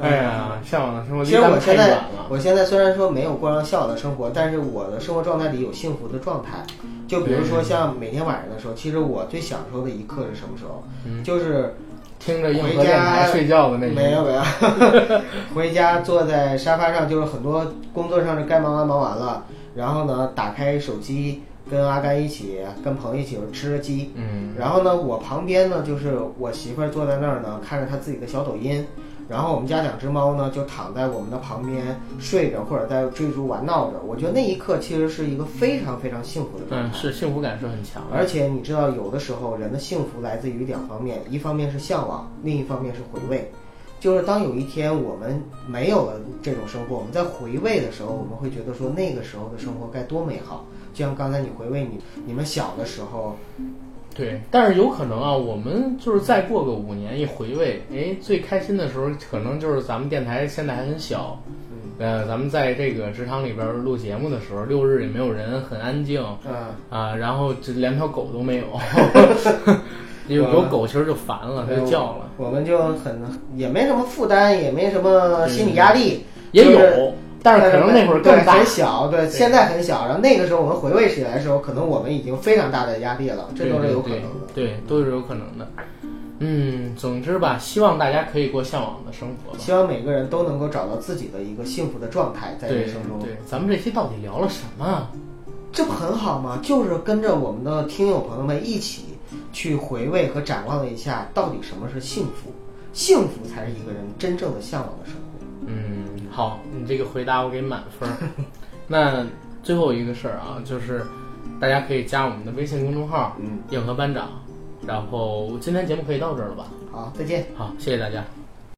Speaker 1: 哎呀，向往的生活
Speaker 2: 嗯其
Speaker 1: 离
Speaker 2: 实
Speaker 1: 咱
Speaker 2: 我
Speaker 1: 们太
Speaker 2: 现
Speaker 1: 远
Speaker 2: 在
Speaker 1: 了。
Speaker 2: 我现在虽然说没有过上孝的生活，但是我的生活状态里有幸福的状态。就比如说像每天晚上的时候，其实我最享受的一刻是什么时候？
Speaker 1: 嗯
Speaker 2: 就是
Speaker 1: 听着硬核
Speaker 2: 回
Speaker 1: 电
Speaker 2: 家
Speaker 1: 台睡觉的那
Speaker 2: 没有
Speaker 1: 种，
Speaker 2: 没
Speaker 1: [laughs]
Speaker 2: 有，回家坐在沙发上，就是很多工作上是该忙完忙完了，然后呢打开手机，跟阿甘一起，跟朋友一起吃着鸡，
Speaker 1: 嗯，
Speaker 2: 然后呢，我旁边呢就是我媳妇儿坐在那儿呢，看着她自己的小抖音。然后我们家两只猫呢就躺在我们的旁边睡着，或者在追逐玩闹着。我觉得那一刻其实是一个非常非常幸福的状
Speaker 1: 嗯，
Speaker 2: 态。
Speaker 1: 是幸福感是很强的。
Speaker 2: 而且你知道，有的时候人的幸福来自于两方面，一方面是向往，另一方面是回味。就是当有一天我们没有了这种生活，我们在回味的时候，我们会觉得说那个时候的生活该多美好。就像刚才你回味你你们小的时候，
Speaker 1: 对，但是有可能啊，我们就是再过个五年一回味，哎，最开心的时候可能就是咱们电台现在还很小，
Speaker 2: 嗯
Speaker 1: 呃，咱们在这个职场里边录节目的时候，六日也没有人，很安静，
Speaker 2: 嗯，
Speaker 1: 啊，然后这连条狗都没
Speaker 2: [laughs]
Speaker 1: 有，有有
Speaker 2: 嗯
Speaker 1: 狗其实就烦了，嗯
Speaker 2: 哎
Speaker 1: 它就叫了。
Speaker 2: 我们就很也没什么负担，也没什么心理压力，
Speaker 1: 也
Speaker 2: 就
Speaker 1: 有，但是可能那会儿更
Speaker 2: 对
Speaker 1: 大
Speaker 2: 很。小，对，现在很小。然后那个时候我们回味起来的时候，可能我们已经非常大的压力了，这都是有可能的。
Speaker 1: 对，对对都是有可能的。嗯，总之吧，希望大家可以过向往的生活吧。
Speaker 2: 希望每个人都能够找到自己的一个幸福的状态，在
Speaker 1: 对
Speaker 2: 人生中，
Speaker 1: 对，咱们这期到底聊了什么啊？
Speaker 2: 这不很好吗？就是跟着我们的听友朋友们一起去回味和展望一下，到底什么是幸福？幸福才是一个人真正的向往的生活。
Speaker 1: 嗯，好，你这个回答我给满分
Speaker 2: [laughs]
Speaker 1: 儿。那最后一个事儿啊，就是大家可以加我们的微信公众号
Speaker 2: 嗯，
Speaker 1: “硬核班长”，然后今天节目可以到这儿了吧？
Speaker 2: 好，再见。
Speaker 1: 好，谢谢大家。